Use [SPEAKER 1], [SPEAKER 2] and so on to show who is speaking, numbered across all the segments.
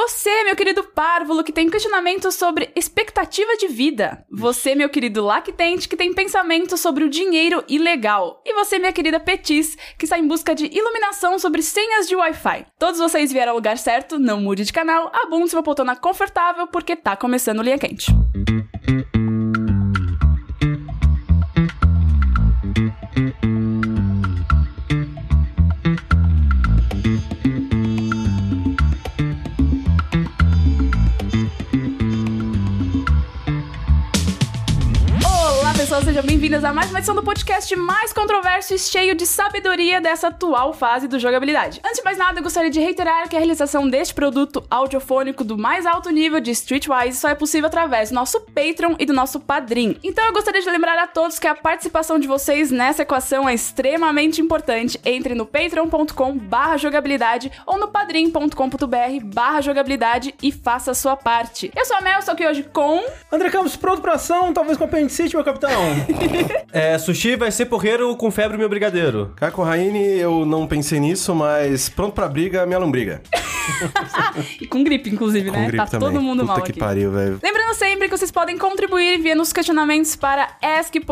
[SPEAKER 1] Você, meu querido párvulo, que tem questionamento sobre expectativa de vida. Você, meu querido lactente, que tem pensamento sobre o dinheiro ilegal. E você, minha querida Petis, que está em busca de iluminação sobre senhas de Wi-Fi. Todos vocês vieram ao lugar certo, não mude de canal, abunde uma poltrona confortável, porque tá começando Linha Quente. Olá, pessoas, sejam bem-vindas a mais uma edição do podcast mais controverso e cheio de sabedoria dessa atual fase do jogabilidade. Antes de mais nada, eu gostaria de reiterar que a realização deste produto audiofônico do mais alto nível de Streetwise só é possível através do nosso Patreon e do nosso Padrim. Então eu gostaria de lembrar a todos que a participação de vocês nessa equação é extremamente importante. Entre no patreon.com barra jogabilidade ou no padrim.com.br barra jogabilidade e faça a sua parte. Eu sou a Mel, estou aqui hoje com...
[SPEAKER 2] André Campos, pronto pra ação, talvez com apendicite, meu capitão.
[SPEAKER 3] É, sushi vai ser porreiro com febre meu brigadeiro.
[SPEAKER 4] Caco Raine, eu não pensei nisso, mas pronto pra briga, minha lombriga.
[SPEAKER 1] E com gripe, inclusive, né? tá todo mundo
[SPEAKER 4] Puta
[SPEAKER 1] mal
[SPEAKER 4] que
[SPEAKER 1] aqui.
[SPEAKER 4] pariu, velho.
[SPEAKER 1] Lembrando sempre que vocês podem contribuir enviando os questionamentos para ask.fm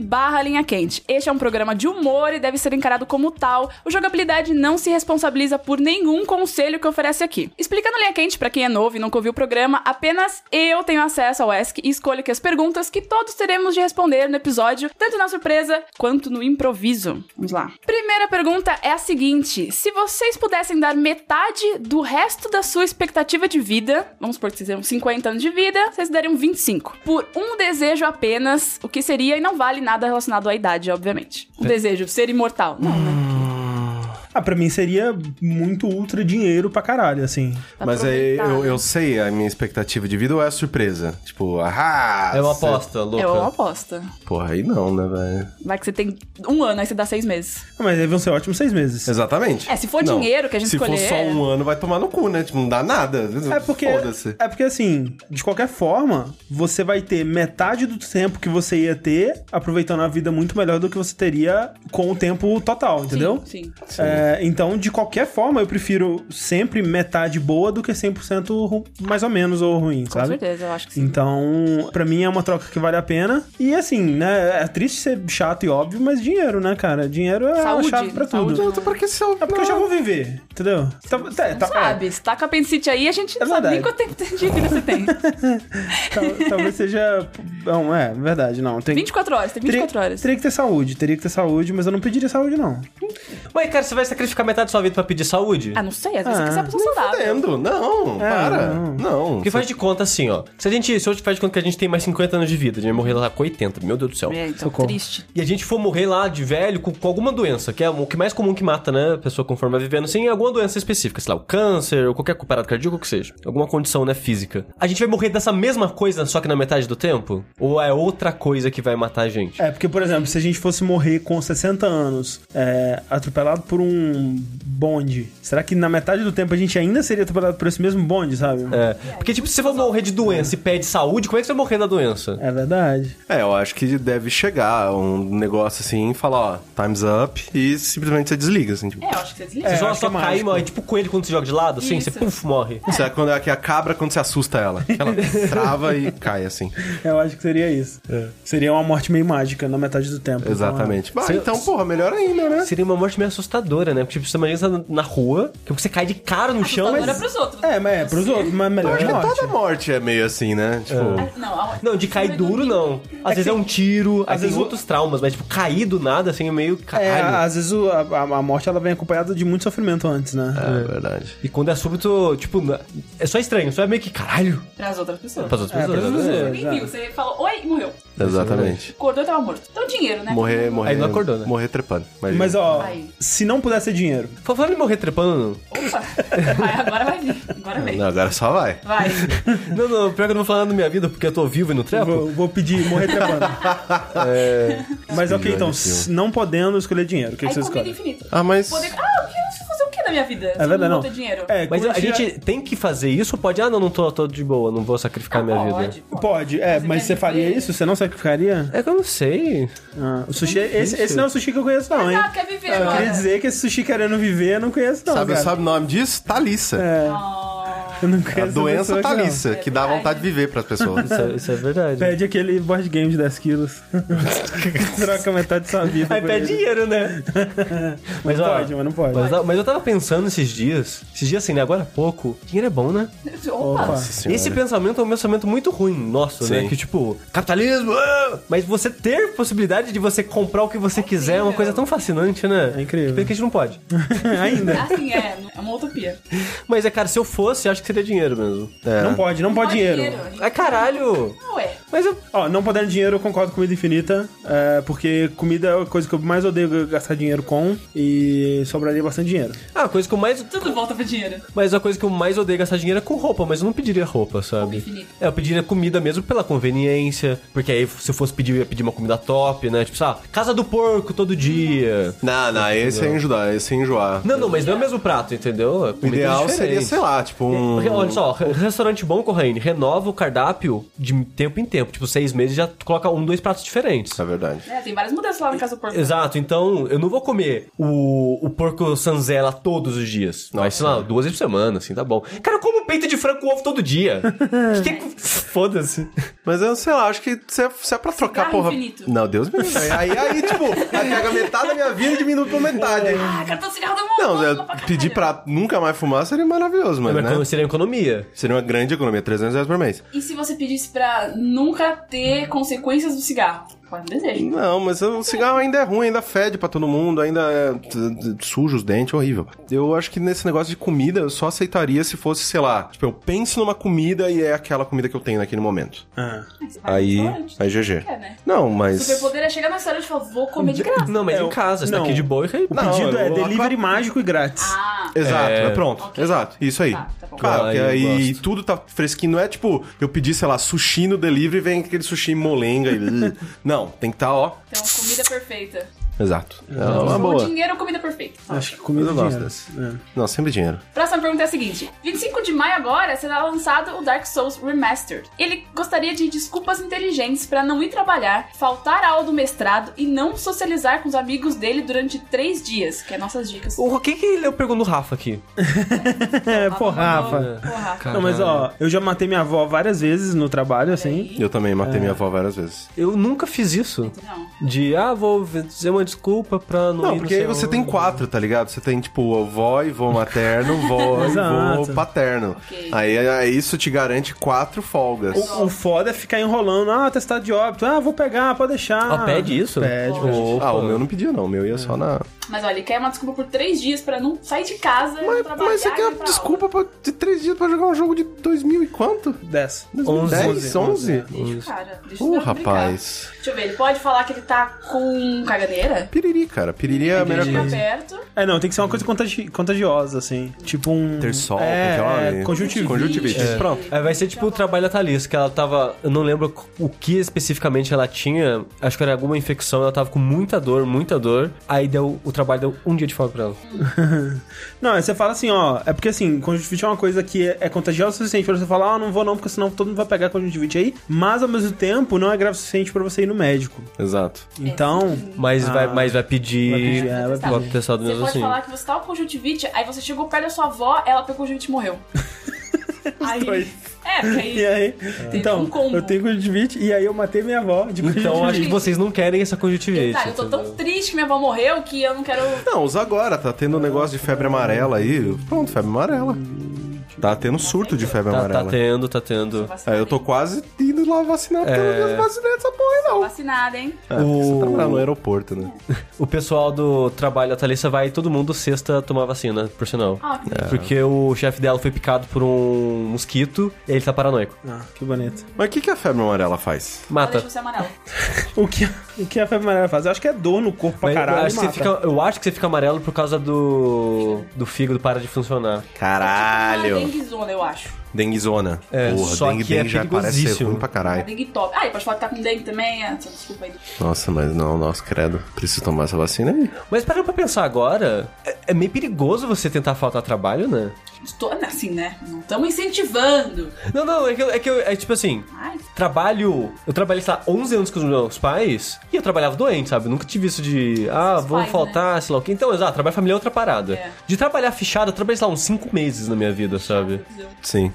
[SPEAKER 1] barra linha quente. Este é um programa de humor e deve ser encarado como tal. O Jogabilidade não se responsabiliza por nenhum conselho que oferece aqui. Explicando linha quente para quem é novo e nunca ouviu o programa, apenas eu tenho acesso ao ask e escolho aqui as perguntas que todos teremos de responder no episódio, tanto na surpresa quanto no improviso. Vamos lá. Primeira pergunta é a seguinte: se vocês pudessem dar metade do resto da sua expectativa de vida, vamos supor que vocês tenham 50 anos de vida, vocês dariam 25. Por um desejo apenas, o que seria e não vale nada relacionado à idade, obviamente. O desejo, ser imortal. Não, né?
[SPEAKER 2] ah, pra mim seria muito ultra dinheiro pra caralho, assim.
[SPEAKER 4] Hum, Mas aí
[SPEAKER 1] Aproveitar,
[SPEAKER 4] eu,
[SPEAKER 1] né?
[SPEAKER 4] eu sei a minha expectativa de vida ou é a surpresa? Tipo, ah!
[SPEAKER 3] É uma
[SPEAKER 4] cê-
[SPEAKER 3] aposta, louca.
[SPEAKER 1] É uma aposta.
[SPEAKER 4] Porra, aí não, né, velho?
[SPEAKER 1] Vai que você tem um ano, aí você dá seis meses.
[SPEAKER 2] Ah, Mas deviam ser ótimos seis meses.
[SPEAKER 4] Exatamente.
[SPEAKER 1] É, se for
[SPEAKER 4] Não,
[SPEAKER 1] dinheiro que a gente
[SPEAKER 4] se
[SPEAKER 1] escolher-
[SPEAKER 4] Se for só um ano, vai tomar no cu, né? Tipo, não dá nada.
[SPEAKER 2] É porque,
[SPEAKER 4] Foda-se.
[SPEAKER 2] é porque, assim, de qualquer forma, você vai ter metade do tempo que você ia ter aproveitando a vida muito melhor do que você teria com o tempo total, entendeu?
[SPEAKER 1] Sim. sim.
[SPEAKER 2] É, então, de qualquer forma, eu prefiro sempre metade boa do que 100% ru- mais ou menos ou ruim,
[SPEAKER 1] Com
[SPEAKER 2] sabe?
[SPEAKER 1] certeza, eu acho que sim.
[SPEAKER 2] Então, pra mim é uma troca que vale a pena. E assim, né? É triste ser chato e óbvio, mas dinheiro, né, cara? Dinheiro é
[SPEAKER 1] Saúde,
[SPEAKER 2] a chave pra
[SPEAKER 1] saúde.
[SPEAKER 2] tudo.
[SPEAKER 4] Não, então pra que se eu...
[SPEAKER 2] É porque eu já vou viver, entendeu? Tá, tá- tá-
[SPEAKER 1] Sabe, se tá com a apendicite aí, a gente não
[SPEAKER 2] É
[SPEAKER 1] sabe nem quanto
[SPEAKER 2] verdade.
[SPEAKER 1] tempo de vida você tem.
[SPEAKER 2] é, tal- talvez seja. Não, é, verdade, não. Tem,
[SPEAKER 1] 24 horas, tem 24
[SPEAKER 2] teria,
[SPEAKER 1] horas.
[SPEAKER 2] Teria que ter saúde, teria que ter saúde, mas eu não pediria saúde, não.
[SPEAKER 3] Ué, cara, você vai sacrificar metade da sua vida pra pedir saúde?
[SPEAKER 1] Ah, não sei, às vezes
[SPEAKER 2] Ah,
[SPEAKER 1] que você é uma pessoa saudável.
[SPEAKER 4] Fudendo. Não, para.
[SPEAKER 2] É, não.
[SPEAKER 4] Não.
[SPEAKER 3] Porque faz de conta assim, ó. Se a gente. Se eu te faz de conta que a gente tem mais 50 anos de vida, a gente vai morrer lá com 80, meu Deus do céu.
[SPEAKER 1] É, então,
[SPEAKER 2] Socorro.
[SPEAKER 1] triste.
[SPEAKER 3] E a gente for morrer lá de velho com, com alguma doença, que é o que mais comum que mata, né? A pessoa conforme vai vivendo, sem alguma doença específica, sei lá, o câncer, ou qualquer parada cardíaca, o que seja. Alguma condição, né, física. A gente vai morrer dessa mesma coisa, só que na metade do tempo? Ou é outra coisa que vai matar a gente?
[SPEAKER 2] É, porque, por exemplo, se a gente fosse morrer com 60 anos, é, atropelado por um bonde, será que na metade do tempo a gente ainda seria atropelado por esse mesmo bonde, sabe?
[SPEAKER 3] É, porque, tipo, se você for morrer de doença e pede saúde, como é que você vai morrer da doença?
[SPEAKER 2] É verdade.
[SPEAKER 4] É, eu acho que deve chegar um negócio assim e falar, ó, time's up, e simplesmente você desliga, assim, tipo...
[SPEAKER 1] É, eu acho que você desliga.
[SPEAKER 3] Você
[SPEAKER 2] É,
[SPEAKER 3] joga
[SPEAKER 2] acho
[SPEAKER 3] só
[SPEAKER 2] que é
[SPEAKER 3] cair,
[SPEAKER 2] mágico.
[SPEAKER 3] é tipo coelho quando você joga de lado, assim,
[SPEAKER 1] Isso.
[SPEAKER 3] você puf, morre.
[SPEAKER 4] Isso é quando é que a cabra quando você assusta ela. que Ela trava e cai assim.
[SPEAKER 2] Eu acho que seria isso.
[SPEAKER 3] É.
[SPEAKER 2] Seria uma morte meio mágica na metade do tempo. é?
[SPEAKER 4] Exatamente. Bah,
[SPEAKER 3] Você-
[SPEAKER 4] então, porra, melhor ainda, né?
[SPEAKER 3] Seria uma morte meio assustadora, né? Porque tipo, você imagina você tá na rua, que você cai de cara no chão.
[SPEAKER 1] Assustadora
[SPEAKER 3] mas-
[SPEAKER 1] pros outros. né?
[SPEAKER 2] Então, é, mas é pros outros, mas
[SPEAKER 4] Eu
[SPEAKER 2] melhor
[SPEAKER 4] acho
[SPEAKER 2] é
[SPEAKER 4] que
[SPEAKER 2] morte.
[SPEAKER 4] toda morte é meio assim, né? Tipo,
[SPEAKER 1] É, Não, a...
[SPEAKER 3] Não, de cair duro não. Às vezes é um tiro, às vezes
[SPEAKER 2] vezes o-
[SPEAKER 3] outros traumas, mas tipo, cair do nada assim é meio
[SPEAKER 2] É,
[SPEAKER 3] caralho.
[SPEAKER 2] às vezes o- a, a- a morte ela vem acompanhada de muito sofrimento antes, né?
[SPEAKER 4] é verdade.
[SPEAKER 3] E quando é súbito, tipo, na- é só estranho, só é meio que caralho.
[SPEAKER 1] Pras outras pessoas.
[SPEAKER 3] Pras outras
[SPEAKER 2] É,
[SPEAKER 3] pessoas,
[SPEAKER 2] pras
[SPEAKER 3] né?
[SPEAKER 2] outras
[SPEAKER 1] Você nem
[SPEAKER 2] Exato.
[SPEAKER 1] viu, você falou, oi, morreu.
[SPEAKER 4] Exatamente.
[SPEAKER 1] Acordou e tava morto. Então dinheiro, né?
[SPEAKER 4] Morrer, morrer.
[SPEAKER 3] Aí não acordou, né?
[SPEAKER 4] Morrer trepando. imagina.
[SPEAKER 2] Mas ó,
[SPEAKER 1] Aí.
[SPEAKER 2] se não pudesse ser dinheiro,
[SPEAKER 3] Fa- Falando em morrer trepando,
[SPEAKER 1] Opa. Vai, agora vai vir. Agora vem.
[SPEAKER 4] Não, agora só vai.
[SPEAKER 1] Vai.
[SPEAKER 2] é
[SPEAKER 3] não. não, não, pior que eu não vou falar nada da minha vida porque eu tô vivo e não
[SPEAKER 2] eu
[SPEAKER 3] trepo.
[SPEAKER 2] vou, vou pedir morrer trepando.
[SPEAKER 3] É.
[SPEAKER 2] Mas ok, então, s- não podendo escolher dinheiro, o que, que
[SPEAKER 1] Aí
[SPEAKER 2] você
[SPEAKER 1] comida
[SPEAKER 2] escolhe?
[SPEAKER 1] infinita.
[SPEAKER 4] Ah, mas.
[SPEAKER 1] Poder... Ah, o que eu vou fazer o que da minha vida?
[SPEAKER 2] É verdade, não.
[SPEAKER 1] ter dinheiro.
[SPEAKER 2] É,
[SPEAKER 3] Mas a
[SPEAKER 2] quantia-
[SPEAKER 3] gente tem que fazer isso ou pode? Ah, não, não tô, tô de boa, não vou sacrificar É minha vida.
[SPEAKER 1] Pode. pode.
[SPEAKER 2] Pode, é,
[SPEAKER 1] Você
[SPEAKER 2] mas
[SPEAKER 1] quer
[SPEAKER 2] você faria
[SPEAKER 1] viver?
[SPEAKER 2] isso? Você não sacrificaria?
[SPEAKER 3] É que eu não sei.
[SPEAKER 2] Ah, o sushi, esse, esse não é o sushi que eu conheço, não, hein? Ah,
[SPEAKER 1] Exato, Ah, quer viver
[SPEAKER 2] Eu
[SPEAKER 1] agora.
[SPEAKER 2] queria dizer que esse sushi querendo viver, eu não conheço, não.
[SPEAKER 4] Sabe,
[SPEAKER 2] cara.
[SPEAKER 4] sabe o nome disso? Thalissa.
[SPEAKER 2] É.
[SPEAKER 1] Ah,
[SPEAKER 2] Eu não conheço
[SPEAKER 4] A
[SPEAKER 2] essa
[SPEAKER 4] doença
[SPEAKER 3] tá
[SPEAKER 2] pessoa que não.
[SPEAKER 4] Thalissa, que dá vontade de viver pras pessoas.
[SPEAKER 3] Isso é, isso é verdade.
[SPEAKER 2] Pede aquele board game de 10 quilos. Troca metade de sua vida.
[SPEAKER 3] Aí
[SPEAKER 2] por
[SPEAKER 3] pede
[SPEAKER 2] ele.
[SPEAKER 3] dinheiro, né?
[SPEAKER 2] Mas
[SPEAKER 3] ó,
[SPEAKER 2] pode, mas não pode.
[SPEAKER 3] Mas, eu- mas eu tava pensando esses dias, esses dias assim, né? Agora há pouco, dinheiro é bom, né?
[SPEAKER 1] Opa.
[SPEAKER 2] Opa.
[SPEAKER 4] Senhora.
[SPEAKER 3] Esse pensamento é um pensamento muito ruim nosso, né?
[SPEAKER 4] Sim.
[SPEAKER 3] Que tipo, capitalismo! ah! Mas você ter possibilidade de você comprar o que você quiser é uma coisa tão fascinante, né?
[SPEAKER 2] É incrível.
[SPEAKER 3] Que pena que a gente não pode.
[SPEAKER 2] Ainda.
[SPEAKER 1] Assim, é, é uma utopia.
[SPEAKER 3] Mas é, cara, se eu fosse, acho que seria dinheiro mesmo.
[SPEAKER 4] É.
[SPEAKER 2] Não pode, não pode dinheiro.
[SPEAKER 3] Ai, caralho!
[SPEAKER 1] Ué,
[SPEAKER 3] Mas eu.
[SPEAKER 2] Ó, não podendo dinheiro, eu concordo com comida infinita. é, porque comida é a coisa que eu mais odeio gastar dinheiro com. E sobraria bastante dinheiro.
[SPEAKER 3] Ah, a coisa que eu mais.
[SPEAKER 1] tudo volta pro dinheiro.
[SPEAKER 3] Mas a coisa que eu mais odeio gastar dinheiro é com roupa, mas eu não pediria roupa, sabe?
[SPEAKER 1] infinita.
[SPEAKER 3] É, eu pediria comida mesmo pela conveniência. Porque aí, se eu fosse pedir, eu ia pedir uma comida top, né? Tipo, sabe, casa do porco todo dia.
[SPEAKER 4] Não, não, esse é enjoar, esse é enjoar.
[SPEAKER 3] Não, não, mas não é o mesmo prato, entendeu? É
[SPEAKER 4] O
[SPEAKER 3] comida
[SPEAKER 4] ideal
[SPEAKER 3] diferente.
[SPEAKER 4] seria, sei lá, tipo um...
[SPEAKER 3] Re- Olha só, re- restaurante bom, Corraine, renova o cardápio de tempo em tempo. Tipo, seis meses já coloca um, dois pratos diferentes.
[SPEAKER 4] É verdade.
[SPEAKER 1] É, tem várias mudanças lá na casa do porco.
[SPEAKER 3] Exato, então eu não vou comer o, o porco sanzela todos os dias. Mas, sei lá, duas vezes por semana, assim, tá bom. Cara, eu como peito de frango com ovo todo dia. que que é... que- Foda-se.
[SPEAKER 4] Mas eu sei lá, acho que se é, se é pra trocar,
[SPEAKER 1] Cigarro
[SPEAKER 4] porra.
[SPEAKER 1] infinito.
[SPEAKER 4] Não, Deus me livre. Aí, aí, tipo, aí pega metade da minha vida e diminui pra metade.
[SPEAKER 1] Ah, cara, tô cigarro da mão.
[SPEAKER 4] Não,
[SPEAKER 1] eu
[SPEAKER 4] eu pedir pra nunca mais fumar seria maravilhoso, mas,
[SPEAKER 3] Mas
[SPEAKER 4] né?
[SPEAKER 3] como seria economia.
[SPEAKER 4] Seria uma grande economia, 300 reais por mês.
[SPEAKER 1] E se você pedisse pra nunca ter consequências do cigarro? Pode não desejo. né?
[SPEAKER 4] Não, mas o cigarro ainda é ruim, ainda fede pra todo mundo, ainda é, t- t- suja os dentes, horrível. Eu acho que nesse negócio de comida eu só aceitaria se fosse, sei lá, tipo, eu penso numa comida e é aquela comida que eu tenho naquele momento.
[SPEAKER 2] Ah.
[SPEAKER 1] Mas você vai no
[SPEAKER 4] Aí,
[SPEAKER 1] é restaurante,
[SPEAKER 4] aí
[SPEAKER 1] você
[SPEAKER 4] GG.
[SPEAKER 1] quer, né?
[SPEAKER 4] Não, mas...
[SPEAKER 1] Superpoder é chegar na história e falar, vou comer de graça.
[SPEAKER 3] Não, mas
[SPEAKER 2] É,
[SPEAKER 3] em casa, você tá
[SPEAKER 2] não.
[SPEAKER 3] aqui de boa e...
[SPEAKER 2] O
[SPEAKER 4] Não,
[SPEAKER 2] pedido é
[SPEAKER 4] eu-
[SPEAKER 2] delivery mágico e grátis.
[SPEAKER 1] Ah,
[SPEAKER 4] Exato,
[SPEAKER 3] É.
[SPEAKER 4] é pronto.
[SPEAKER 1] Ok.
[SPEAKER 4] Exato, isso aí.
[SPEAKER 1] Tá, tá bom.
[SPEAKER 4] Cara,
[SPEAKER 3] Ah,
[SPEAKER 4] que
[SPEAKER 3] eu
[SPEAKER 4] aí
[SPEAKER 3] gosto.
[SPEAKER 4] tudo tá fresquinho. Não é tipo, eu pedi, sei lá, sushi no delivery e vem aquele sushi molenga e... Não, tem que tá, ó...
[SPEAKER 1] então comida perfeita.
[SPEAKER 4] Exato. É uma
[SPEAKER 1] Ou
[SPEAKER 4] boa.
[SPEAKER 1] dinheiro ou comida perfeita.
[SPEAKER 3] Ah.
[SPEAKER 2] Acho que comida
[SPEAKER 4] Eu
[SPEAKER 2] é
[SPEAKER 4] gosto
[SPEAKER 2] dinheiro.
[SPEAKER 4] desse.
[SPEAKER 2] É.
[SPEAKER 4] Não, sempre dinheiro.
[SPEAKER 1] Próxima pergunta é a seguinte: 25 de maio agora será lançado o Dark Souls Remastered. Ele gostaria de desculpas inteligentes pra não ir trabalhar, faltar a aula do mestrado e não socializar com os amigos dele durante três dias, que é nossas dicas.
[SPEAKER 4] Uh,
[SPEAKER 3] O que que eu pergunto o Rafa aqui?
[SPEAKER 2] É, pô, Rafa.
[SPEAKER 1] Porra, Rafa.
[SPEAKER 2] Não, mas ó, eu já matei minha avó várias vezes no trabalho, assim.
[SPEAKER 4] Eu também
[SPEAKER 3] É.
[SPEAKER 4] matei minha avó várias vezes.
[SPEAKER 3] Eu nunca fiz isso.
[SPEAKER 1] Não.
[SPEAKER 3] De, ah, vou dizer uma desculpa pra não ir
[SPEAKER 4] Não,
[SPEAKER 3] no
[SPEAKER 4] porque aí
[SPEAKER 3] seu-
[SPEAKER 4] você tem quatro, tá ligado? Você tem, tipo, avó, vô materno, vó, e
[SPEAKER 2] Exato.
[SPEAKER 4] vô paterno.
[SPEAKER 1] Ok.
[SPEAKER 4] Aí, aí isso te garante quatro folgas.
[SPEAKER 2] O, o foda é ficar enrolando. Ah, testado de óbito. Ah, vou pegar, pode deixar.
[SPEAKER 3] Ah, pede isso?
[SPEAKER 2] Pede, pede.
[SPEAKER 3] Opa.
[SPEAKER 4] Ah, o meu não pedia, não. O meu ia
[SPEAKER 3] É.
[SPEAKER 4] só na.
[SPEAKER 1] Mas olha, ele quer uma desculpa por três dias pra não sair de casa, não
[SPEAKER 4] Mas, é
[SPEAKER 1] trabalhar.
[SPEAKER 4] mas você
[SPEAKER 1] não
[SPEAKER 4] quer
[SPEAKER 1] ir pra
[SPEAKER 4] desculpa pra, de três dias pra jogar um jogo de 2000 e quanto?
[SPEAKER 2] Desce.
[SPEAKER 4] 2010? 11?
[SPEAKER 1] aula. Deixa o cara, deixa
[SPEAKER 4] Ô,
[SPEAKER 1] o cara brincar.
[SPEAKER 4] rapaz.
[SPEAKER 1] Deixa eu ver, ele pode falar que ele tá com caganeira?
[SPEAKER 4] Piriri, cara. Piriri é a melhor
[SPEAKER 1] Fica
[SPEAKER 4] coisa.
[SPEAKER 1] perto.
[SPEAKER 2] É, não, tem que ser uma coisa contagi- contagiosa, assim. Tipo um.
[SPEAKER 4] Ter sol,
[SPEAKER 2] é,
[SPEAKER 4] aquela-
[SPEAKER 2] é, conjuntivite.
[SPEAKER 4] Conjuntivite.
[SPEAKER 2] É.
[SPEAKER 4] Pronto.
[SPEAKER 3] É, vai ser tipo o trabalho da Thalys, que ela tava. Eu não lembro o que especificamente ela tinha. Acho que era alguma infecção, ela tava com muita dor, muita dor. Aí deu o trabalho deu um dia de folga pra ela.
[SPEAKER 2] Não, aí você fala assim, ó. É porque assim, conjuntivite é uma coisa que é, é contagiosa o suficiente pra você falar, ah, não vou não, porque senão todo mundo vai pegar conjuntivite aí. Mas ao mesmo tempo, não é grave o suficiente pra você ir no médico.
[SPEAKER 4] Exato.
[SPEAKER 1] É.
[SPEAKER 2] Então.
[SPEAKER 3] Mas,
[SPEAKER 2] Ah.
[SPEAKER 3] vai, mas vai
[SPEAKER 2] Vai
[SPEAKER 3] pedir.
[SPEAKER 2] pedir, é, vai
[SPEAKER 3] Vai
[SPEAKER 2] pedir.
[SPEAKER 3] testado
[SPEAKER 1] Você
[SPEAKER 3] mesmo
[SPEAKER 1] pode
[SPEAKER 3] assim.
[SPEAKER 1] falar que você tá com conjuntivite, aí você chegou perto da sua avó, ela pegou conjuntivite e morreu. aí...
[SPEAKER 2] dois.
[SPEAKER 1] É, porque aí...
[SPEAKER 2] E aí? Então,
[SPEAKER 1] um combo.
[SPEAKER 2] eu tenho conjuntivite e aí eu matei minha avó de
[SPEAKER 3] Então acho que
[SPEAKER 2] conjuntivite.
[SPEAKER 3] vocês não querem essa conjuntivite.
[SPEAKER 1] Cara, eu tô
[SPEAKER 3] entendeu?
[SPEAKER 1] tão triste que minha avó morreu que eu não quero...
[SPEAKER 4] Não, usa agora. Tá tendo um negócio de febre amarela aí. Pronto, febre amarela. Tá tendo surto de febre
[SPEAKER 3] Tá, tá
[SPEAKER 4] amarela.
[SPEAKER 3] tendo, tá tendo.
[SPEAKER 4] Aí eu tô quase indo lá vacinar, porque eu
[SPEAKER 3] É.
[SPEAKER 4] não vacinei essa porra aí, não.
[SPEAKER 1] Vacinada, hein?
[SPEAKER 4] É, porque
[SPEAKER 3] O-
[SPEAKER 4] Você trabalha no aeroporto, né?
[SPEAKER 3] O pessoal do trabalho da Thalissa vai todo mundo sexta tomar vacina, por sinal.
[SPEAKER 1] Ah, que
[SPEAKER 3] É. Porque o chefe dela foi picado por um mosquito e ele tá paranoico.
[SPEAKER 2] Ah, que bonito.
[SPEAKER 4] Mas o que, que a febre amarela faz?
[SPEAKER 1] Ela
[SPEAKER 3] Mata.
[SPEAKER 1] deixa você Tipo amarelo.
[SPEAKER 2] O que, o que a febre amarela faz? Eu acho que é dor no corpo pra
[SPEAKER 3] Mas
[SPEAKER 2] caralho.
[SPEAKER 3] eu, acho que
[SPEAKER 2] e
[SPEAKER 3] você
[SPEAKER 2] mata.
[SPEAKER 3] fica, eu acho que você fica amarelo por causa do. do fígado para de funcionar.
[SPEAKER 1] É
[SPEAKER 4] Ah,
[SPEAKER 1] uma denguezona, eu acho.
[SPEAKER 4] Denguezona.
[SPEAKER 3] É,
[SPEAKER 4] Porra,
[SPEAKER 3] só
[SPEAKER 4] dengue,
[SPEAKER 3] que é
[SPEAKER 4] dengue já parece ser
[SPEAKER 3] perigosíssimo.
[SPEAKER 4] ruim pra
[SPEAKER 1] Uma
[SPEAKER 4] caralho.
[SPEAKER 1] dengue top. Ah, e pode falar que tá com dengue também. Ah, desculpa aí.
[SPEAKER 4] Nossa, mas não, nossa, credo. Preciso tomar essa vacina aí.
[SPEAKER 3] Mas parando pra pensar agora, é, é meio perigoso você tentar faltar trabalho, né?
[SPEAKER 1] tô- assim, né? Não estamos incentivando.
[SPEAKER 3] Não, não, é que, eu- é que eu- é tipo assim,
[SPEAKER 1] Ai,
[SPEAKER 3] trabalho. Eu trabalhei, sei lá, 11 anos com os meus pais e eu trabalhava doente, sabe? Eu nunca tive isso de. Ah,
[SPEAKER 1] Seus
[SPEAKER 3] vou
[SPEAKER 1] pais, né?
[SPEAKER 3] faltar, sei lá o quê. Então, exato, trabalho familiar é outra parada.
[SPEAKER 1] É.
[SPEAKER 3] De trabalhar fichado, eu trabalhei, sei lá, uns 5 meses na minha vida, sabe?
[SPEAKER 4] Sim.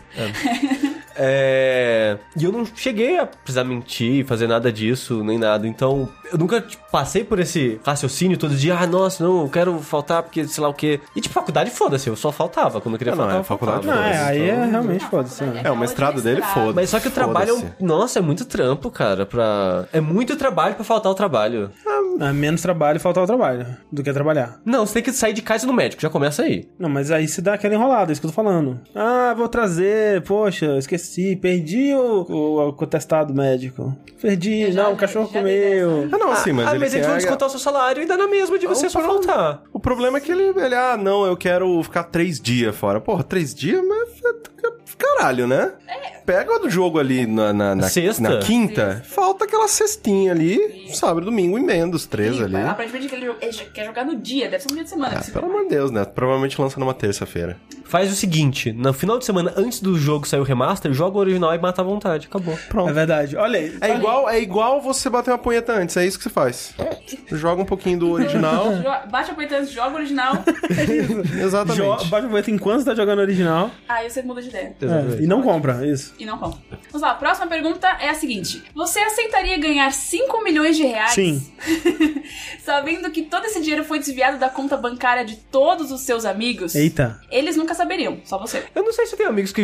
[SPEAKER 3] É. E eu não cheguei a precisar mentir, fazer nada disso, nem nada. Então, eu nunca tipo, passei por esse raciocínio todo dia, ah, nossa, não, eu quero faltar porque sei lá o quê. E tipo, faculdade, foda-se, eu só faltava quando eu queria
[SPEAKER 4] Ah, não,
[SPEAKER 3] faltar.
[SPEAKER 4] é,
[SPEAKER 3] eu
[SPEAKER 4] faculdade,
[SPEAKER 3] faltava.
[SPEAKER 2] Não, é, aí
[SPEAKER 3] então.
[SPEAKER 2] é realmente foda-se. né?
[SPEAKER 1] faculdade
[SPEAKER 4] É, o mestrado dele, foda-se.
[SPEAKER 3] Mas só que o trabalho é um...
[SPEAKER 4] Foda-se.
[SPEAKER 3] Nossa, é muito trampo, cara, pra... É muito trabalho pra faltar o trabalho.
[SPEAKER 2] Ah, menos trabalho e faltar o trabalho do que trabalhar.
[SPEAKER 3] Não, você tem que sair de casa e ir no médico, já começa aí.
[SPEAKER 2] Não, mas aí se dá aquela enrolada, é isso que eu tô falando. Ah, vou trazer, poxa, esqueci, perdi o, o, o contestado médico. Perdi,
[SPEAKER 1] Eu já-
[SPEAKER 2] não, o cachorro
[SPEAKER 1] já dei
[SPEAKER 2] comeu.
[SPEAKER 4] Ah, não, assim, mas
[SPEAKER 3] ah,
[SPEAKER 4] ele
[SPEAKER 3] mas eles
[SPEAKER 4] quer-
[SPEAKER 3] vão descontar o seu salário e dá na mesma de você só faltar.
[SPEAKER 4] O problema é que ele, ele, ah, não, eu quero ficar três dias fora. Porra, três dias, mas é- caralho, né? Pega o jogo ali na, na, na-
[SPEAKER 3] Sexta.
[SPEAKER 4] na quinta, falta aquela cestinha ali, sábado, domingo, emenda os três ali. Ah,
[SPEAKER 1] Aparentemente ele, ele já quer jogar no dia, deve ser um dia de semana. que se-
[SPEAKER 4] pelo amor de Deus, né? Provavelmente lança numa terça-feira.
[SPEAKER 3] Faz o seguinte, no final de semana, antes do jogo sair o remaster, joga o original e mata à vontade, acabou.
[SPEAKER 2] É verdade. Olha aí.
[SPEAKER 4] É igual, é igual você bater uma punheta antes, é isso que você faz. Joga um pouquinho do original.
[SPEAKER 1] Jo- Baixa a poetante, joga o original,
[SPEAKER 2] Jo-
[SPEAKER 4] Exatamente.
[SPEAKER 2] Bate o boleto enquanto você tá jogando original.
[SPEAKER 1] aí você muda de ideia.
[SPEAKER 2] É, e não compra, isso.
[SPEAKER 1] E não compra. Vamos lá, a próxima pergunta é a seguinte: Você aceitaria ganhar 5 milhões de reais?
[SPEAKER 2] Sim.
[SPEAKER 1] sabendo que todo esse dinheiro foi desviado da conta bancária de todos os seus amigos?
[SPEAKER 2] Eita.
[SPEAKER 1] Eles nunca saberiam, só você.
[SPEAKER 3] Eu não sei se eu tenho amigos que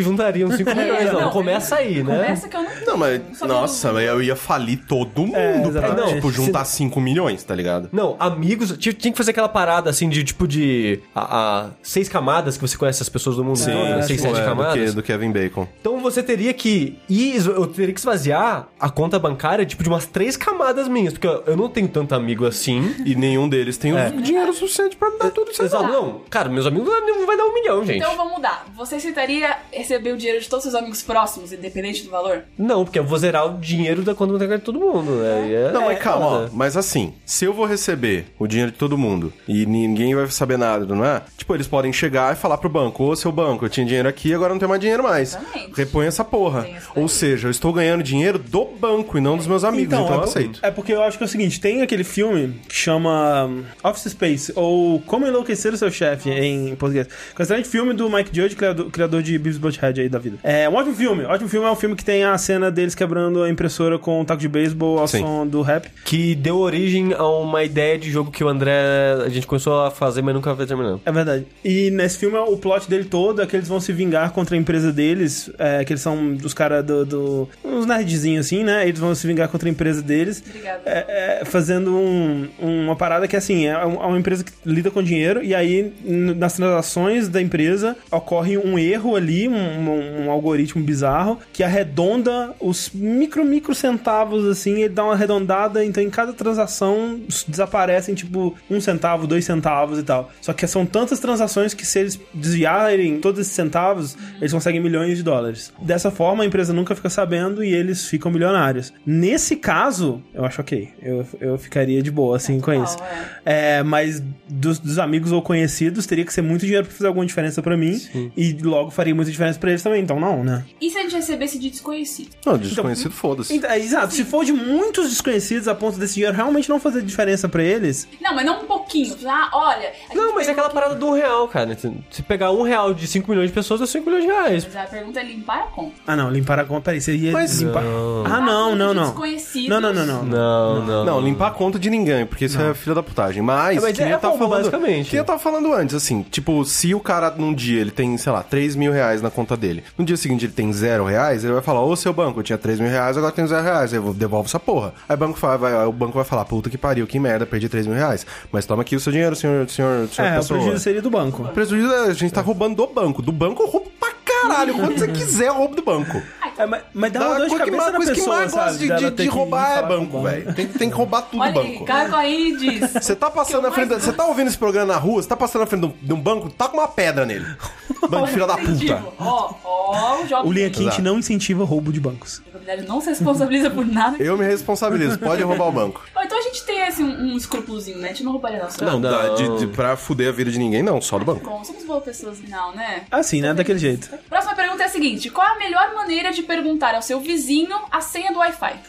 [SPEAKER 3] juntariam 5 milhões, não.
[SPEAKER 1] É, não.
[SPEAKER 3] Começa aí, né?
[SPEAKER 1] Começa que eu não.
[SPEAKER 4] Não,
[SPEAKER 1] não
[SPEAKER 4] mas,
[SPEAKER 1] sabia
[SPEAKER 4] nossa,
[SPEAKER 1] do-
[SPEAKER 4] eu ia falir todo mundo
[SPEAKER 3] É,
[SPEAKER 4] pra,
[SPEAKER 2] exatamente.
[SPEAKER 4] tipo, juntar 5 milhões, tá ligado?
[SPEAKER 3] Não, amigos, ti- tinha que fazer aquela parada assim de tipo de. A, a- seis camadas que você conhece as pessoas do mundo todo, né? seis,
[SPEAKER 4] Pô,
[SPEAKER 3] sete
[SPEAKER 4] é, do, que,
[SPEAKER 3] camadas.
[SPEAKER 4] do Kevin Bacon.
[SPEAKER 3] Então você teria que. ir- eu teria que esvaziar a conta bancária, tipo, de umas três camadas minhas, porque eu eu não tenho tanto amigo assim.
[SPEAKER 4] E nenhum deles tem o dinheiro suficiente pra me dar tudo isso aí.
[SPEAKER 3] Exato, não. Cara, meus amigos não vai dar um milhão, gente.
[SPEAKER 1] Então vamos mudar. Você aceitaria receber o dinheiro de todos os seus amigos próximos, independente do valor?
[SPEAKER 3] Não, porque eu vou zerar o dinheiro da conta bancária de todo mundo, né? E é-
[SPEAKER 4] Não, mas
[SPEAKER 3] é
[SPEAKER 4] calma, ó,
[SPEAKER 3] foda.
[SPEAKER 4] mas assim, se eu vou receber o dinheiro de todo mundo e ninguém vai saber nada, não é? Tipo, eles podem chegar e falar pro banco, ô seu banco, eu tinha dinheiro aqui, agora não tenho mais dinheiro mais.
[SPEAKER 1] Exatamente.
[SPEAKER 4] Repõe essa porra.
[SPEAKER 1] Tem essa daí.
[SPEAKER 4] Ou seja, eu estou ganhando dinheiro do banco e não dos meus amigos, então,
[SPEAKER 2] é
[SPEAKER 4] eu
[SPEAKER 2] por-
[SPEAKER 4] aceito.
[SPEAKER 2] É porque eu acho que é o seguinte: tem aquele filme que chama hum, Office Space, ou Como Enlouquecer o Seu Chefe em português. Que é um excelente filme do Mike Judge, criador, criador de Beavis Butthead aí da vida. É um ótimo filme. Ótimo filme é um filme que tem a cena deles quebrando a impressora com um taco de beisebol ao
[SPEAKER 4] Sim.
[SPEAKER 2] som do rap.
[SPEAKER 3] Que deu origem a uma ideia de jogo que o André. A gente começou a fazer, mas nunca vai terminando.
[SPEAKER 2] É verdade. E nesse filme, o plot dele todo é que eles vão se vingar contra a empresa deles, é, que eles são os caras do, do- uns nerdzinhos assim, né? Eles vão se vingar contra a empresa deles.
[SPEAKER 1] Obrigada.
[SPEAKER 2] É, é, fazendo um- uma parada que, assim, é um- é uma empresa que lida com dinheiro e aí n- nas transações da empresa ocorre um erro ali, um, um- um algoritmo bizarro que arredonda os micro, micro centavos, assim, ele dá uma arredondada, então em cada transação s- desaparecem, tipo, um centavo, dois centavos e tal. Só que são tantas transações que se eles desviarem todos esses centavos, eles conseguem milhões de dólares. Dessa forma, a empresa nunca fica sabendo e eles ficam milionários. Nesse caso, eu acho ok. Eu, eu ficaria de boa, assim, com
[SPEAKER 1] total,
[SPEAKER 2] isso. É, mas dos, dos amigos ou conhecidos, teria que ser muito dinheiro pra fazer alguma diferença pra mim. E logo faria muita diferença pra eles também, então não, né?
[SPEAKER 1] E se a gente recebesse de desconhecido?
[SPEAKER 4] Não, desconhecido, foda-se.
[SPEAKER 2] Então, é, exato. Se for de muitos desconhecidos a ponto desse dinheiro realmente não fazer diferença pra eles,
[SPEAKER 1] Não, mas não um pouquinho. Ah, olha. a
[SPEAKER 3] Não,
[SPEAKER 1] gente
[SPEAKER 3] mas é aquela parada do um real, cara. Se pegar um real de 5 milhões de pessoas, dá 5 milhões de reais.
[SPEAKER 1] Mas a pergunta é limpar a conta.
[SPEAKER 2] Ah, não, limpar a conta. Peraí, você ia
[SPEAKER 4] Mas-
[SPEAKER 2] limpar. Ah, não, não, não.
[SPEAKER 1] Desconhecidos.
[SPEAKER 2] Não, não, não, não.
[SPEAKER 3] Não, não.
[SPEAKER 4] Não, limpar a conta de ninguém, porque isso é filha da putagem. Mas,
[SPEAKER 3] É, mas
[SPEAKER 4] que nem
[SPEAKER 3] é
[SPEAKER 4] eu tava
[SPEAKER 3] roubo,
[SPEAKER 4] falando,
[SPEAKER 3] basicamente.
[SPEAKER 4] Que nem eu tava falando antes, assim, tipo, se o cara num dia ele tem, sei lá, 3 mil reais na conta dele, no dia seguinte ele tem zero reais, ele vai falar, ô seu banco, eu tinha 3 mil reais, agora eu tenho zero reais, eu vou- devolvo essa porra. Aí o banco, fala, vai, aí o banco vai falar, puta que pariu, que merda, perdi 3 mil reais. Mas toma aqui o seu dinheiro, senhor, senhor, senhor
[SPEAKER 2] É, o
[SPEAKER 4] pessoa.
[SPEAKER 2] prejuízo seria do banco.
[SPEAKER 4] Prejuízo, é, a gente tá roubando do banco. Do banco eu roubo pra caralho. Quando você quiser, eu roubo do banco.
[SPEAKER 2] É, mas, mas dá uma dor
[SPEAKER 4] Da-
[SPEAKER 2] de
[SPEAKER 4] coisa que
[SPEAKER 2] cabeça
[SPEAKER 4] mais-
[SPEAKER 2] na
[SPEAKER 4] coisa que
[SPEAKER 2] pessoa,
[SPEAKER 4] mais gosta
[SPEAKER 2] sabe?
[SPEAKER 4] de-
[SPEAKER 2] Dela ter
[SPEAKER 4] de, de
[SPEAKER 2] que
[SPEAKER 4] roubar
[SPEAKER 2] falar
[SPEAKER 4] é
[SPEAKER 2] com o
[SPEAKER 4] banco, velho. Tem, tem que roubar tudo do
[SPEAKER 1] Olha,
[SPEAKER 4] banco.
[SPEAKER 1] Ricardo aí diz.
[SPEAKER 4] Você tá passando na frente. da- Você tá ouvindo esse programa na rua, você tá passando na frente de um, de um banco, taca uma pedra nele. Bando de é filha da puta.
[SPEAKER 1] Ó, ó, o jovem.
[SPEAKER 2] O linha quente
[SPEAKER 4] Exato.
[SPEAKER 2] não incentiva roubo de bancos.
[SPEAKER 1] A comunidade não se responsabiliza por nada.
[SPEAKER 4] Eu me responsabilizo, pode roubar o banco.
[SPEAKER 1] Ou então a gente gente tem assim, um, um escrúpulozinho, né? A gente não roubaria nosso
[SPEAKER 4] Não,
[SPEAKER 3] Não.
[SPEAKER 4] dá de, de- pra fuder a vida de ninguém, não, só do banco.
[SPEAKER 1] Bom, somos boas pessoas, não, né?
[SPEAKER 2] Assim, né? Daquele jeito.
[SPEAKER 1] Próxima pergunta é a seguinte: qual a melhor maneira de perguntar ao seu vizinho a senha do Wi-Fi?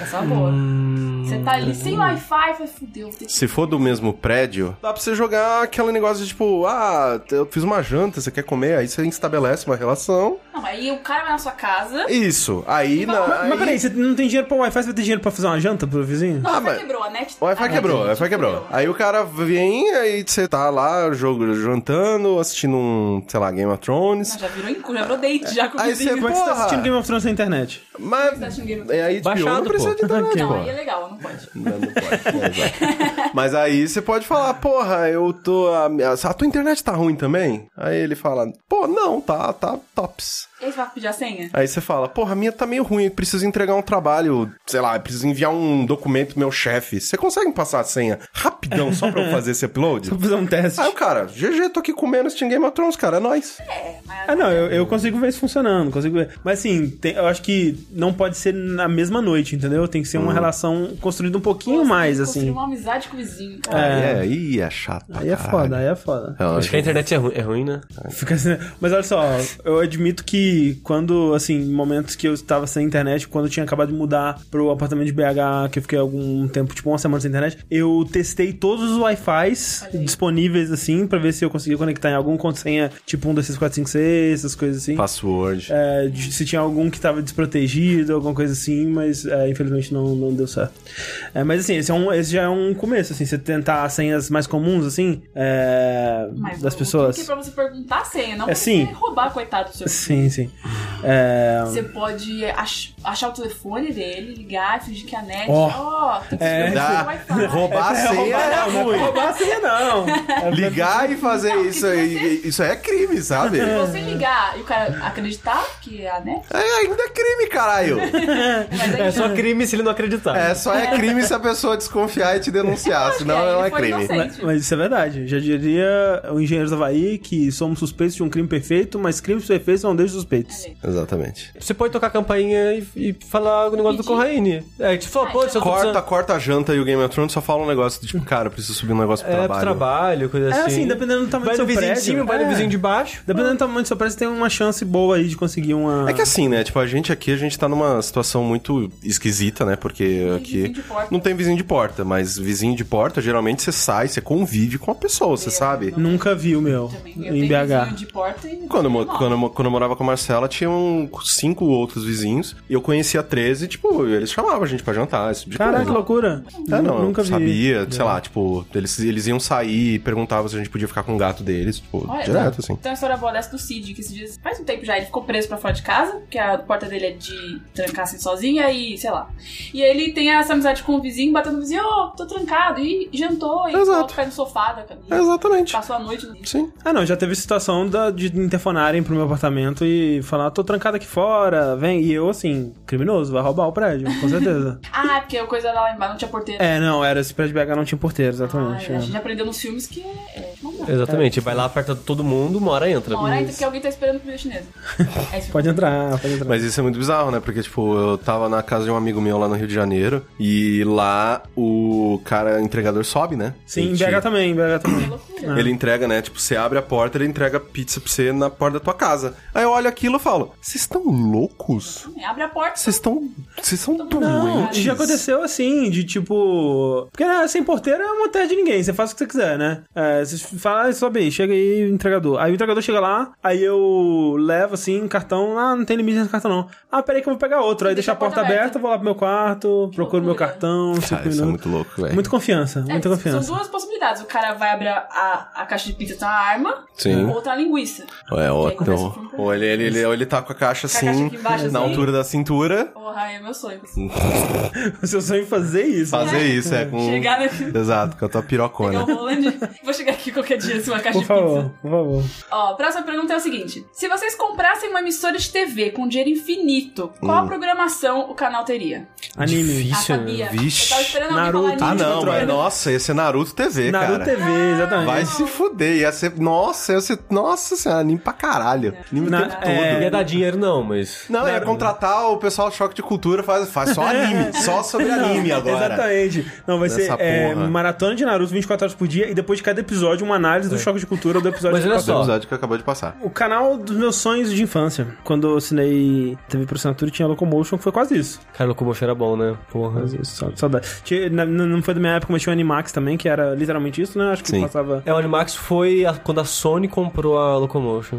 [SPEAKER 1] Essa é uma boa.
[SPEAKER 2] Hum,
[SPEAKER 1] Você tá
[SPEAKER 2] é
[SPEAKER 1] ali sem Wi-Fi, foi fudeu, vou ter que
[SPEAKER 4] Se for do mesmo prédio, dá pra você jogar aquele negócio de tipo, ah, eu fiz uma janta, você quer comer? Aí você estabelece uma relação.
[SPEAKER 1] Não, aí o cara vai na sua casa.
[SPEAKER 4] Isso. Aí na.
[SPEAKER 2] Mas, mas peraí, você não tem dinheiro pra Wi-Fi, você vai ter dinheiro pra fazer uma janta pro vizinho?
[SPEAKER 1] Nossa,
[SPEAKER 4] Ah,
[SPEAKER 1] o Wi-Fi
[SPEAKER 4] mas-
[SPEAKER 1] quebrou, a net. Ah,
[SPEAKER 4] O
[SPEAKER 1] a
[SPEAKER 2] Ah,
[SPEAKER 4] Wi-Fi
[SPEAKER 1] net
[SPEAKER 4] quebrou, o Wi-Fi quebrou.
[SPEAKER 1] fudeu.
[SPEAKER 4] Aí o cara vem, aí você tá lá jogo, jantando, assistindo um, sei lá, Game of Thrones.
[SPEAKER 1] Não, já virou encu, já virou date já com o
[SPEAKER 4] Aí
[SPEAKER 1] vizinho.
[SPEAKER 4] você-
[SPEAKER 2] Como é que você tá
[SPEAKER 4] Porra!
[SPEAKER 2] assistindo Game of Thrones na internet?
[SPEAKER 4] Mas.
[SPEAKER 1] tá assistindo Game of
[SPEAKER 4] É aí, tipo,
[SPEAKER 3] Baixado,
[SPEAKER 4] não precisa
[SPEAKER 3] pô.
[SPEAKER 4] de internet,
[SPEAKER 1] Não,
[SPEAKER 4] pô.
[SPEAKER 1] aí é legal, não pode.
[SPEAKER 4] Não, não pode. É, exato. Mas aí você pode falar, porra, eu tô. A, minha- a tua internet tá ruim também? Aí ele fala, pô, não, tá, tá tops.
[SPEAKER 1] E aí você vai pedir a senha?
[SPEAKER 4] Aí você fala, porra, a minha tá meio ruim, eu preciso entregar um trabalho, sei lá, eu preciso enviar um documento pro meu chefe. Você consegue me passar a senha rapidão só pra eu fazer esse upload?
[SPEAKER 2] Só pra fazer um teste.
[SPEAKER 4] Aí o cara, GG, tô aqui comendo Steam Game of Thrones, cara, é nóis.
[SPEAKER 2] Ah, não, eu, eu consigo ver isso funcionando, consigo ver. Mas assim, tem- eu acho que não pode ser na mesma noite, entendeu? Tem que ser uma relação construída um pouquinho mais,
[SPEAKER 1] Construir
[SPEAKER 2] assim.
[SPEAKER 1] uma amizade com o vizinho,
[SPEAKER 4] É,
[SPEAKER 1] cara.
[SPEAKER 4] aí é chato. pra
[SPEAKER 2] Aí é
[SPEAKER 4] caralho.
[SPEAKER 2] foda, aí é foda.
[SPEAKER 4] Não,
[SPEAKER 3] Acho que a internet é ruim, é ruim né?
[SPEAKER 2] Fica assim, né? Mas olha só, eu admito que quando, assim, em momentos que eu estava sem internet, quando eu tinha acabado de mudar pro apartamento de BH, que eu fiquei algum tempo, tipo uma semana sem internet, eu testei todos os Wi-Fis
[SPEAKER 1] Olha aí.
[SPEAKER 2] disponíveis, assim, pra ver se eu conseguia conectar em algum com senha, tipo um, dois, três, quatro, cinco, seis, essas coisas assim.
[SPEAKER 4] Password.
[SPEAKER 2] É, de- se tinha algum que tava desprotegido, alguma coisa assim, mas é, infelizmente não, não deu certo. É, mas assim, esse, é um, esse já é um começo, assim, você tentar senhas mais comuns, assim, é,
[SPEAKER 1] Mas
[SPEAKER 2] das
[SPEAKER 1] o
[SPEAKER 2] pessoas.
[SPEAKER 1] truque É pra você perguntar a senha, não
[SPEAKER 2] É,
[SPEAKER 1] pra
[SPEAKER 2] sim.
[SPEAKER 1] você roubar, coitado do seu
[SPEAKER 2] Sim, sim. É,
[SPEAKER 1] Você pode ach- achar o telefone dele, ligar, fingir que é a net.
[SPEAKER 2] Ó.
[SPEAKER 1] Ó, tem que
[SPEAKER 2] É,
[SPEAKER 1] é,
[SPEAKER 4] dá. Roubar a senha
[SPEAKER 2] roubar,
[SPEAKER 4] é
[SPEAKER 2] não, não é
[SPEAKER 4] ruim.
[SPEAKER 2] roubar a senha, não. É,
[SPEAKER 4] Ligar e fazer
[SPEAKER 1] Não,
[SPEAKER 4] isso
[SPEAKER 1] e
[SPEAKER 4] aí, isso aí é crime, sabe?
[SPEAKER 1] Se você ligar e o cara acreditar que é a net,
[SPEAKER 4] É, ainda é crime, caralho.
[SPEAKER 1] mas aí
[SPEAKER 3] É só crime se ele não acreditar.
[SPEAKER 4] É, só é crime se a pessoa desconfiar e te denunciar, senão
[SPEAKER 1] aí
[SPEAKER 4] não
[SPEAKER 1] ele
[SPEAKER 4] é
[SPEAKER 1] foi
[SPEAKER 4] crime.
[SPEAKER 1] inocente.
[SPEAKER 2] mas- Mas isso é verdade. Já diria o engenheiro da Havaí que somos suspeitos de um crime perfeito, mas crimes perfeitos não deixam suspeitos.
[SPEAKER 4] Exatamente.
[SPEAKER 3] Você pode tocar a campainha e, e falar o negócio do
[SPEAKER 1] Pedir.
[SPEAKER 3] Corraine. É, a gente fala, pô, se eu tô
[SPEAKER 4] Corta,
[SPEAKER 3] precisando-
[SPEAKER 4] corta a janta e o Game of Thrones só fala um negócio de, tipo, cara, eu preciso subir um negócio pro
[SPEAKER 3] É, pro
[SPEAKER 4] trabalho.
[SPEAKER 3] trabalho, coisa assim.
[SPEAKER 2] É, assim, dependendo do tamanho
[SPEAKER 3] Vai
[SPEAKER 2] do seu
[SPEAKER 3] no vizinho de
[SPEAKER 2] prédio.
[SPEAKER 3] cima, vai
[SPEAKER 2] É.
[SPEAKER 3] no vizinho de baixo.
[SPEAKER 2] Dependendo do tamanho do seu prédio, você tem uma chance boa aí de conseguir uma.
[SPEAKER 4] É que assim, né? Tipo, a gente aqui, a gente tá numa situação muito esquisita, né? Porque
[SPEAKER 1] vizinho
[SPEAKER 4] aqui
[SPEAKER 1] de porta.
[SPEAKER 4] não tem vizinho de porta, mas vizinho de porta, geralmente você sai, você convive com a pessoa, você sabe?
[SPEAKER 2] Nunca vi o meu
[SPEAKER 1] também. Eu
[SPEAKER 2] é- em
[SPEAKER 1] tenho vizinho
[SPEAKER 2] BH.
[SPEAKER 1] de porta e.
[SPEAKER 4] Quando eu, mo-
[SPEAKER 1] Não.
[SPEAKER 4] quando, eu, mo- quando eu morava com a Marcela, tinham cinco outros vizinhos. E eu conhecia 13, tipo, eles chamavam a gente pra jantar. Isso, tipo,
[SPEAKER 2] Caraca, que loucura.
[SPEAKER 4] É, não,
[SPEAKER 2] Nunca
[SPEAKER 4] eu
[SPEAKER 2] vi.
[SPEAKER 4] sabia, sei lá, tipo, eles, eles iam sair e perguntavam se a gente podia ficar com o gato deles, tipo,
[SPEAKER 1] Olha,
[SPEAKER 4] direto,
[SPEAKER 1] tem-
[SPEAKER 4] assim.
[SPEAKER 1] Tem uma história boa dessa do Cid, que esses dias faz um tempo já, ele ficou preso pra fora de casa, porque a porta dele é de trancar assim sozinha e sei lá. E aí ele tem essa amizade com o vizinho, batendo no vizinho, ô, tô trancado, e jantou, e
[SPEAKER 4] Exato.
[SPEAKER 1] coloca o pé no sofá da
[SPEAKER 4] É,
[SPEAKER 1] caminha.
[SPEAKER 4] exatamente.
[SPEAKER 1] Passou a noite no
[SPEAKER 4] Sim.
[SPEAKER 2] Ah, não, já teve situação da- de interfonarem pro meu apartamento e falar, tô trancado aqui fora, vem. E eu, assim, criminoso, vai roubar o prédio, com certeza.
[SPEAKER 1] Ah, é porque a coisa lá embaixo não tinha porteira.
[SPEAKER 2] é, não, era esse prédio BH não tinha porteiro, exatamente.
[SPEAKER 1] Ah,
[SPEAKER 2] é.
[SPEAKER 1] a gente aprendeu nos filmes que é. Não dá.
[SPEAKER 3] Exatamente, vai lá, aperta todo mundo, uma hora entra.
[SPEAKER 1] Uma hora entra porque alguém tá esperando comida chinesa. É isso.
[SPEAKER 2] Pode entrar, pode entrar.
[SPEAKER 4] Mas isso é muito bizarro, né? Porque, tipo, eu tava na casa de um amigo meu lá no Rio de Janeiro e lá o cara entregador sobe, né?
[SPEAKER 2] Sim, em
[SPEAKER 4] Ele te-
[SPEAKER 2] BH também, em BH
[SPEAKER 1] É
[SPEAKER 2] também.
[SPEAKER 1] loucura.
[SPEAKER 4] Ele entrega, né? Tipo, você abre a porta, ele entrega pizza pra você na porta da tua casa. Aí eu olho aquilo e falo: Vocês estão loucos?
[SPEAKER 2] Ah.
[SPEAKER 1] É, Abre a porta.
[SPEAKER 4] Vocês estão. Vocês são
[SPEAKER 2] Não,
[SPEAKER 4] doentes.
[SPEAKER 2] É, já aconteceu assim, de tipo. Porque né, sem porteiro é uma terra de ninguém, você faz o que você quiser, né? É, você fala, ah, sobe aí, chega aí, entregador. Aí o entregador chega lá, aí eu levo assim, cartão, ah, não tem limite nesse cartão não. Ah, peraí que eu vou pegar outro. Aí deixa a porta aberta, vou lá pro meu quarto, procuro meu
[SPEAKER 1] loucura.
[SPEAKER 2] cartão, cinco
[SPEAKER 4] Cara, isso é
[SPEAKER 2] minutos.
[SPEAKER 4] muito louco, velho.
[SPEAKER 2] Muita confiança,
[SPEAKER 1] É,
[SPEAKER 2] muita confiança.
[SPEAKER 1] São duas possibilidades. O cara vai abrir a, a- a caixa de pizza tá uma arma,
[SPEAKER 4] Sim.
[SPEAKER 1] ou tá a linguiça.
[SPEAKER 4] É, ou,
[SPEAKER 1] aí começa o
[SPEAKER 4] ou-
[SPEAKER 1] filme.
[SPEAKER 4] ou ele, ele, ele, ou ele tá com a caixa
[SPEAKER 1] Com a caixa
[SPEAKER 4] assim,
[SPEAKER 1] aqui embaixo,
[SPEAKER 4] na
[SPEAKER 1] assim.
[SPEAKER 4] altura da cintura.
[SPEAKER 1] Porra, é meu sonho.
[SPEAKER 4] Hum.
[SPEAKER 2] O seu sonho é fazer isso.
[SPEAKER 4] Fazer isso, é com.
[SPEAKER 1] Chegar no-
[SPEAKER 4] Exato, com a tua
[SPEAKER 1] Pegar um o
[SPEAKER 4] pirocona.
[SPEAKER 1] Roland, vou chegar aqui qualquer disso, uma caixa
[SPEAKER 2] Por
[SPEAKER 1] de
[SPEAKER 2] favor,
[SPEAKER 1] pizza.
[SPEAKER 2] por favor.
[SPEAKER 1] Ó, a próxima pergunta é o seguinte: se vocês comprassem uma emissora de TV com dinheiro infinito, qual a
[SPEAKER 4] Hum.
[SPEAKER 1] programação o canal teria?
[SPEAKER 2] Anime.
[SPEAKER 1] Ah,
[SPEAKER 3] Difícil, né?
[SPEAKER 1] sabia.
[SPEAKER 4] Vixe.
[SPEAKER 1] Eu tava esperando alguém
[SPEAKER 2] Naruto.
[SPEAKER 1] falar
[SPEAKER 4] Ah,
[SPEAKER 1] anime.
[SPEAKER 4] não,
[SPEAKER 2] Controle.
[SPEAKER 4] mas nossa, ia ser Naruto TV,
[SPEAKER 2] Naruto né?
[SPEAKER 4] cara.
[SPEAKER 2] TV, exatamente.
[SPEAKER 4] Vai se fuder, ia ser. Nossa, ia ser. Nossa senhora, anime pra caralho. Anime o
[SPEAKER 2] Na-
[SPEAKER 4] tempo todo.
[SPEAKER 2] é,
[SPEAKER 3] Não ia dar dinheiro, não, mas.
[SPEAKER 4] Não, ia contratar o pessoal do Choque de Cultura, faz, faz só anime, só sobre anime agora.
[SPEAKER 2] Exatamente. Não, vai
[SPEAKER 4] Nessa
[SPEAKER 2] ser é,
[SPEAKER 4] porra.
[SPEAKER 2] maratona de Naruto 24 horas por dia e depois de cada episódio uma análise
[SPEAKER 4] É.
[SPEAKER 2] do choque de cultura do episódio.
[SPEAKER 3] Mas olha
[SPEAKER 4] O
[SPEAKER 3] só.
[SPEAKER 4] um episódio que acabou de passar.
[SPEAKER 2] O canal dos meus sonhos de infância. Quando eu assinei TV por assinatura, tinha Locomotion, que foi quase isso.
[SPEAKER 3] Cara, Locomotion era bom, né? Porra.
[SPEAKER 2] Quase isso, sa- saudade. Tinha- na- na- não foi da minha época, mas tinha o Animax também, que era literalmente isso, né? Acho que
[SPEAKER 4] Sim.
[SPEAKER 2] passava...
[SPEAKER 3] É, o Animax foi a- quando a Sony comprou a Locomotion.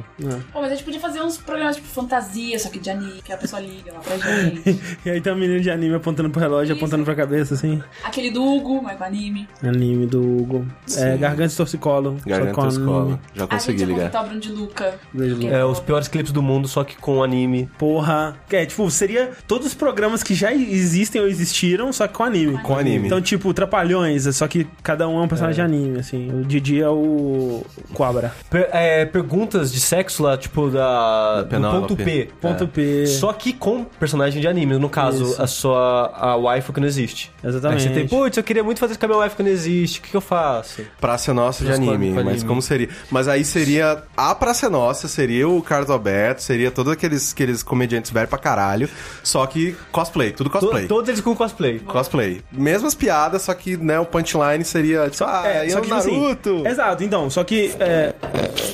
[SPEAKER 1] Pô, mas a gente podia fazer uns programas tipo fantasia, só que de anime, que a pessoa liga lá pra gente.
[SPEAKER 2] E aí tem uma menina de anime apontando pro relógio,
[SPEAKER 1] Isso.
[SPEAKER 2] apontando pra cabeça, assim.
[SPEAKER 1] Aquele do Hugo, mas com anime.
[SPEAKER 2] Anime do Hugo. É, Garganta e Torcicolo. Só
[SPEAKER 4] Garganta
[SPEAKER 2] com
[SPEAKER 4] Escola.
[SPEAKER 2] anime.
[SPEAKER 1] a
[SPEAKER 4] Já
[SPEAKER 1] gente é
[SPEAKER 4] consegui
[SPEAKER 1] ia
[SPEAKER 4] ligar.
[SPEAKER 1] contratar tá o Bruno de Luca.
[SPEAKER 2] Beijo,
[SPEAKER 1] Que
[SPEAKER 2] Lu.
[SPEAKER 1] é
[SPEAKER 3] É,
[SPEAKER 1] bom.
[SPEAKER 3] os piores clipes do mundo, só que com anime.
[SPEAKER 2] Porra. É, tipo, seria todos os programas que já existem ou existiram, só que com anime.
[SPEAKER 4] Com anime.
[SPEAKER 2] Então, tipo, Trapalhões, é só que cada um é um personagem de anime, assim. O Didi é o Cobra.
[SPEAKER 3] Per- é, perguntas de sexo lá, tipo, da, do
[SPEAKER 4] Penélope. É.
[SPEAKER 3] ponto P.
[SPEAKER 2] Ponto P.
[SPEAKER 3] Só que com personagem de anime, no caso,
[SPEAKER 2] Isso.
[SPEAKER 3] a sua a waifu que não existe.
[SPEAKER 2] Exatamente.
[SPEAKER 4] É
[SPEAKER 3] Aí você tem, putz, eu queria muito fazer isso com a minha waifu que não existe, o que, que eu faço?
[SPEAKER 4] Praça Nossa de
[SPEAKER 3] Transforma
[SPEAKER 4] anime,
[SPEAKER 3] pra
[SPEAKER 4] mas
[SPEAKER 3] anime.
[SPEAKER 4] como seria? Mas aí seria a Praça Nossa, seria o Carlos Alberto, seria todos aqueles, aqueles comediantes velhos pra caralho, só que cosplay, tudo
[SPEAKER 3] To-
[SPEAKER 4] cosplay.
[SPEAKER 3] todos eles com cosplay.
[SPEAKER 4] Cosplay. Mesmas piadas, só que né, o punchline seria tipo, ah, é,
[SPEAKER 2] só
[SPEAKER 4] o
[SPEAKER 2] que, tipo assim,
[SPEAKER 4] Naruto.
[SPEAKER 2] exato, então, só que é,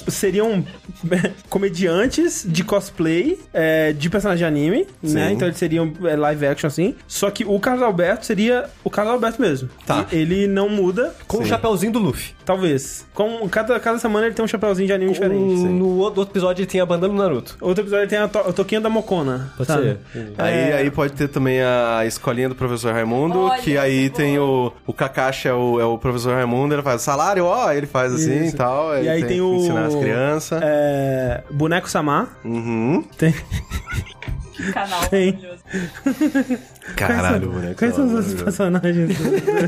[SPEAKER 2] seriam é, comediantes de cosplay é, de personagem de anime, né?
[SPEAKER 4] Sim.
[SPEAKER 2] Então eles seriam é, live action assim. Só que o Carlos Alberto seria o Carlos Alberto mesmo.
[SPEAKER 4] Tá.
[SPEAKER 2] E ele não muda,
[SPEAKER 3] Com o
[SPEAKER 4] Sim.
[SPEAKER 3] chapéuzinho do Luffy.
[SPEAKER 2] talvez. Com, cada, cada semana ele tem um chapéuzinho de anime diferente.
[SPEAKER 3] Um, no outro episódio ele tem a bandana do Naruto.
[SPEAKER 2] Outro episódio tem a, to a toquinha da Mocona.
[SPEAKER 3] Pode
[SPEAKER 2] sabe?
[SPEAKER 3] ser.
[SPEAKER 4] Aí,
[SPEAKER 2] É.
[SPEAKER 4] aí pode ter também a escolinha do professor Raimundo,
[SPEAKER 1] Olha,
[SPEAKER 4] que aí
[SPEAKER 1] que
[SPEAKER 4] tem o, o Kakashi, é o, é o professor Raimundo, ele faz salário, ó, ele faz assim
[SPEAKER 2] Isso.
[SPEAKER 4] e tal.
[SPEAKER 2] E
[SPEAKER 4] ele
[SPEAKER 2] aí tem, o.
[SPEAKER 4] que Ensinar as crianças.
[SPEAKER 2] É, Boneco Samar.
[SPEAKER 4] Uhum.
[SPEAKER 2] Tem.
[SPEAKER 1] Que canal
[SPEAKER 2] Tem.
[SPEAKER 1] maravilhoso.
[SPEAKER 4] Caralho, boneco.
[SPEAKER 2] Quais são os
[SPEAKER 4] Olha,
[SPEAKER 2] personagens?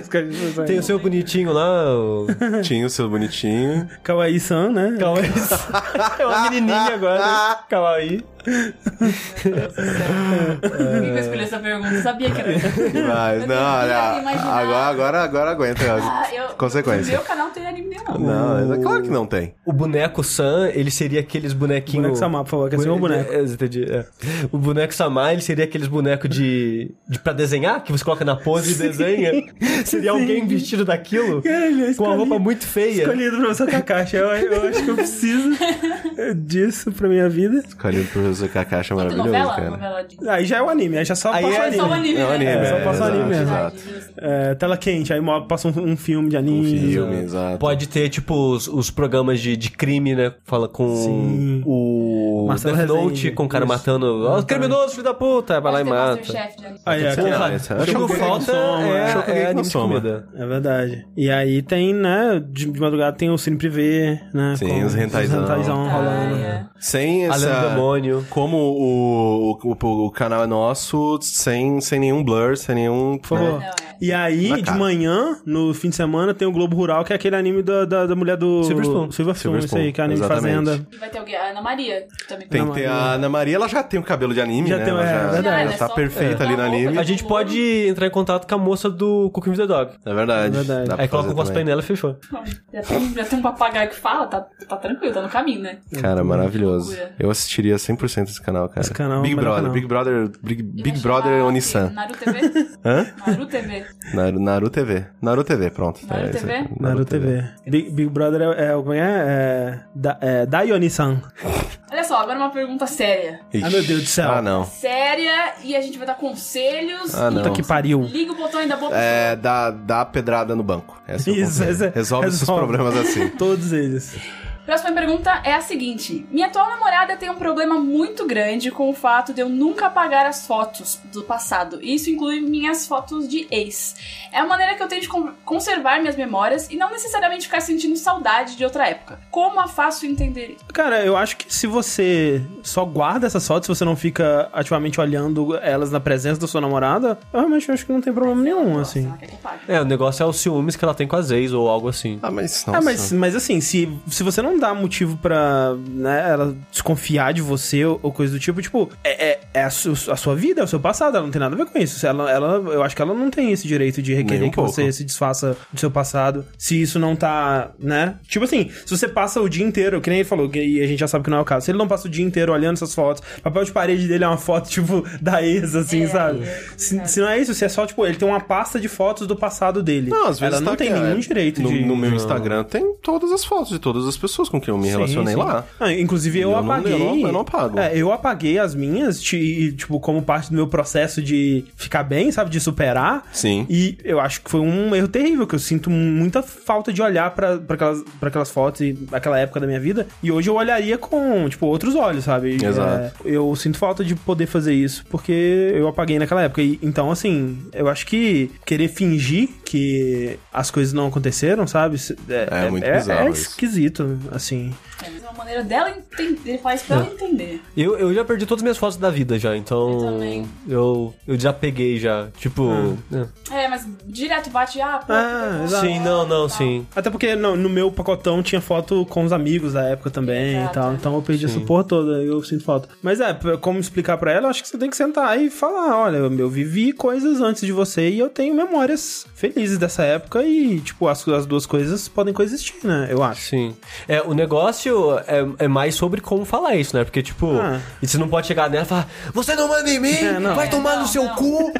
[SPEAKER 3] Tem o seu bonitinho lá, o...
[SPEAKER 4] Tinha o seu bonitinho.
[SPEAKER 2] Kawaii-san, né?
[SPEAKER 3] Kawaii. é uma menininha agora, né? Kawaii.
[SPEAKER 1] Por que que eu escolhi essa pergunta? Eu sabia que era.
[SPEAKER 4] Mas, não,
[SPEAKER 1] queria
[SPEAKER 4] olha,
[SPEAKER 1] imaginar.
[SPEAKER 4] agora, agora, agora aguenta.
[SPEAKER 1] Ah, eu,
[SPEAKER 4] Consequência.
[SPEAKER 1] No meu canal não tem anime nenhum, não.
[SPEAKER 4] Não, mas é claro que não tem.
[SPEAKER 3] O boneco Sam, ele seria aqueles bonequinhos.
[SPEAKER 2] Boneco Samar, por favor, que é seu boneco.
[SPEAKER 3] É, entendi, é. O boneco Samar, ele seria aqueles bonecos de, de. pra desenhar, que você coloca na pose e desenha. seria alguém vestido daquilo
[SPEAKER 2] Caralho,
[SPEAKER 3] com uma
[SPEAKER 2] escolhi-
[SPEAKER 3] roupa muito feia.
[SPEAKER 2] Escolhido pra você Kakashi. Eu, eu acho que eu preciso disso pra minha vida.
[SPEAKER 4] Escolhido pro professor Kakashi é
[SPEAKER 1] Não tem
[SPEAKER 4] maravilhoso,
[SPEAKER 1] novela?
[SPEAKER 4] cara.
[SPEAKER 1] Novela de...
[SPEAKER 2] Aí já é o anime, aí já só
[SPEAKER 3] Aí
[SPEAKER 2] passa o
[SPEAKER 3] é
[SPEAKER 2] anime.
[SPEAKER 1] Só o anime,
[SPEAKER 4] É um anime,
[SPEAKER 1] né?
[SPEAKER 2] só
[SPEAKER 4] é,
[SPEAKER 2] passa o anime mesmo.
[SPEAKER 4] exato, exato.
[SPEAKER 1] Verdade.
[SPEAKER 2] É, tela quente, aí mo- passa um, um filme de
[SPEAKER 4] Um
[SPEAKER 2] anime.
[SPEAKER 4] filme, exato.
[SPEAKER 3] Pode ter, tipo, os, os programas de, de crime, né? Fala com
[SPEAKER 2] Sim.
[SPEAKER 3] o
[SPEAKER 2] Marcelo
[SPEAKER 3] Death
[SPEAKER 2] Rezende,
[SPEAKER 3] Note, com o cara
[SPEAKER 2] isso.
[SPEAKER 3] matando. Ó, criminoso, filho da puta! Vai lá e
[SPEAKER 1] Pode ter
[SPEAKER 3] mata.
[SPEAKER 1] Masterchef de anime.
[SPEAKER 2] Aí, é,
[SPEAKER 4] Sei lá,
[SPEAKER 2] cara,
[SPEAKER 4] essa-
[SPEAKER 3] Chegou
[SPEAKER 4] Shokugan
[SPEAKER 3] falta,
[SPEAKER 2] Soma,
[SPEAKER 3] é,
[SPEAKER 4] Shokugan
[SPEAKER 3] é
[SPEAKER 4] com
[SPEAKER 3] anime de
[SPEAKER 4] Soma.
[SPEAKER 3] comida.
[SPEAKER 2] é verdade. E aí tem, né, de, de madrugada tem o Cine Privé, né?
[SPEAKER 4] Sim,
[SPEAKER 2] com
[SPEAKER 4] os hentaizão.
[SPEAKER 2] hentaizão tá rolando.
[SPEAKER 1] Ah,
[SPEAKER 4] Sem
[SPEAKER 3] Além do
[SPEAKER 4] essa...
[SPEAKER 3] demônio.
[SPEAKER 4] Como o, o, o- o canal é nosso, sem, sem nenhum blur, sem nenhum... né?
[SPEAKER 2] Por favor.
[SPEAKER 1] Não, é.
[SPEAKER 2] E aí,
[SPEAKER 4] Na
[SPEAKER 2] de
[SPEAKER 4] cara.
[SPEAKER 2] manhã, no fim de semana, tem o Globo Rural, que é aquele anime da, da, da mulher do.
[SPEAKER 3] Silver Spoon.
[SPEAKER 2] Silver Spoon,
[SPEAKER 4] Silver
[SPEAKER 2] isso aí,
[SPEAKER 4] Spoon,
[SPEAKER 2] que é anime de
[SPEAKER 4] exatamente.
[SPEAKER 2] fazenda.
[SPEAKER 1] E vai ter alguém, a Ana Maria, que também
[SPEAKER 4] Tem
[SPEAKER 2] Ana
[SPEAKER 4] que ter
[SPEAKER 2] Maria.
[SPEAKER 4] a Ana Maria, ela já tem o cabelo de anime,
[SPEAKER 2] Já
[SPEAKER 4] né?
[SPEAKER 2] tem,
[SPEAKER 4] ela
[SPEAKER 2] é, verdade.
[SPEAKER 4] ela tá
[SPEAKER 1] Só-
[SPEAKER 4] perfeita
[SPEAKER 1] é.
[SPEAKER 4] ali no anime.
[SPEAKER 3] A gente pode entrar em contato com a moça do Cooking with the Dog.
[SPEAKER 4] É verdade.
[SPEAKER 2] É verdade.
[SPEAKER 4] dá pra
[SPEAKER 3] Aí coloca um
[SPEAKER 4] fazer
[SPEAKER 3] o cosplay
[SPEAKER 4] também.
[SPEAKER 3] nela e fechou.
[SPEAKER 1] Já tem, já tem um papagaio que fala, tá, tá tranquilo, tá no caminho, né?
[SPEAKER 4] Cara, maravilhoso.
[SPEAKER 1] Loucura.
[SPEAKER 4] Eu assistiria 100% esse canal, cara.
[SPEAKER 2] Esse canal é o
[SPEAKER 4] Big
[SPEAKER 2] melhor
[SPEAKER 4] Brother,
[SPEAKER 2] canal.
[SPEAKER 4] Big Brother, Big,
[SPEAKER 1] E
[SPEAKER 4] Big
[SPEAKER 1] vai
[SPEAKER 4] Brother
[SPEAKER 1] chamar
[SPEAKER 4] é
[SPEAKER 1] o quê?
[SPEAKER 4] Onisan.
[SPEAKER 1] Naru TV?
[SPEAKER 4] Hã?
[SPEAKER 1] Naru TV.
[SPEAKER 4] Naru, Naru TV. Naru TV, pronto. É
[SPEAKER 1] Naru
[SPEAKER 4] isso
[SPEAKER 1] TV?
[SPEAKER 4] aí.
[SPEAKER 2] Naruto TV. Big, Big Brother é, é, como é, é, da, é Daioni-san.
[SPEAKER 1] Olha só, agora uma pergunta séria.
[SPEAKER 4] Ixi.
[SPEAKER 2] Ah, meu Deus do céu.
[SPEAKER 4] Ah, não.
[SPEAKER 1] Séria, e a gente vai dar conselhos.
[SPEAKER 4] Ah,
[SPEAKER 1] e-
[SPEAKER 4] não.
[SPEAKER 2] Puta que pariu.
[SPEAKER 1] Liga o botão ainda boa
[SPEAKER 4] É, dá, dá pedrada no banco. Essa é o
[SPEAKER 2] Isso,
[SPEAKER 4] conselho.
[SPEAKER 2] essa é-
[SPEAKER 4] Resolve, seus
[SPEAKER 2] resolve.
[SPEAKER 4] problemas assim.
[SPEAKER 2] Todos eles.
[SPEAKER 1] Próxima pergunta é a seguinte: Minha atual namorada tem um problema muito grande com o fato de eu nunca apagar as fotos do passado. E Isso inclui minhas fotos de ex. É a maneira que eu tenho de con- conservar minhas memórias e não necessariamente ficar sentindo saudade de outra época. Como a faço entender isso?
[SPEAKER 2] Cara, eu acho que se você só guarda essas fotos, se você não fica ativamente olhando elas na presença da sua namorada, eu realmente acho que não tem problema nenhum, assim.
[SPEAKER 1] Ela quer que eu pague.
[SPEAKER 3] É, o negócio é os ciúmes que ela tem com as ex ou algo assim.
[SPEAKER 4] Ah, mas
[SPEAKER 2] Ah,
[SPEAKER 4] nossa.
[SPEAKER 2] mas, mas assim, se, se você não dá motivo pra né, ela desconfiar de você ou, ou coisa do tipo, tipo, é, é, é a, su- a sua vida, é o seu passado, ela não tem nada a ver com isso. Se Ela, ela, eu acho que ela não tem esse direito de requerer
[SPEAKER 4] Nem um
[SPEAKER 2] que
[SPEAKER 4] pouco.
[SPEAKER 2] você se desfaça do seu passado, se isso não tá, né? Tipo assim, se você passa o dia inteiro, que nem ele falou, que- e a gente já sabe que não é o caso, se ele não passa o dia inteiro olhando essas fotos, papel de parede dele é uma foto, tipo, da ex, assim,
[SPEAKER 1] É,
[SPEAKER 2] sabe?
[SPEAKER 1] é,
[SPEAKER 2] se, se não é isso, se é só, tipo, ele tem uma pasta de fotos do passado dele.
[SPEAKER 4] Não, às vezes
[SPEAKER 2] ela não
[SPEAKER 4] tá
[SPEAKER 2] tem
[SPEAKER 4] aqui,
[SPEAKER 2] nenhum
[SPEAKER 4] é,
[SPEAKER 2] direito
[SPEAKER 4] no,
[SPEAKER 2] de...
[SPEAKER 4] No meu
[SPEAKER 2] Não.
[SPEAKER 4] Instagram tem todas as fotos de todas as pessoas com quem eu me
[SPEAKER 2] Sim,
[SPEAKER 4] relacionei
[SPEAKER 2] sim.
[SPEAKER 4] lá.
[SPEAKER 2] Ah, inclusive eu,
[SPEAKER 4] Eu não-
[SPEAKER 2] apaguei.
[SPEAKER 4] eu não- eu não apago.
[SPEAKER 2] É, eu apaguei as minhas, ti- e, tipo, como parte do meu processo de ficar bem, sabe? De superar.
[SPEAKER 4] Sim.
[SPEAKER 2] E eu acho que foi um erro terrível, que eu sinto muita falta de olhar pra pra aquelas, pra aquelas fotos e aquela época da minha vida. E hoje eu olharia com, tipo, outros olhos, sabe? E,
[SPEAKER 4] Exato.
[SPEAKER 2] é, eu sinto falta de poder fazer isso, porque eu apaguei naquela época. E, então, assim, eu acho que querer fingir que as coisas não aconteceram, sabe? Se-
[SPEAKER 4] É muito bizarro
[SPEAKER 2] É
[SPEAKER 4] isso.
[SPEAKER 2] esquisito, assim.
[SPEAKER 1] É a mesma maneira dela entender. Ele faz
[SPEAKER 2] É.
[SPEAKER 1] pra ela entender.
[SPEAKER 3] Eu, eu já perdi todas as minhas fotos da vida já, então.
[SPEAKER 1] Eu também.
[SPEAKER 3] Eu, eu já peguei já. Tipo. é.
[SPEAKER 1] É, mas direto bate, ah, pô,
[SPEAKER 2] Ah,
[SPEAKER 1] pô,
[SPEAKER 2] exato.
[SPEAKER 3] Sim, não, não, sim.
[SPEAKER 2] Até porque no, no meu pacotão tinha foto com os amigos da época também
[SPEAKER 1] Exato.
[SPEAKER 2] e tal. Então eu perdi essa porra toda eu sinto falta. Mas é, pra- como explicar pra ela, eu acho que você tem que sentar e falar: olha, eu, eu vivi coisas antes de você e eu tenho memórias felizes dessa época e, tipo, as, as duas coisas podem coexistir, né? Eu acho.
[SPEAKER 3] Sim. É, o negócio é, é mais sobre como falar isso, né? Porque, tipo,
[SPEAKER 2] Ah.
[SPEAKER 3] e você não pode chegar nela e falar, você não manda em mim,
[SPEAKER 2] É, não.
[SPEAKER 3] vai
[SPEAKER 1] É,
[SPEAKER 3] tomar
[SPEAKER 1] não,
[SPEAKER 3] no seu
[SPEAKER 1] não.
[SPEAKER 3] cu.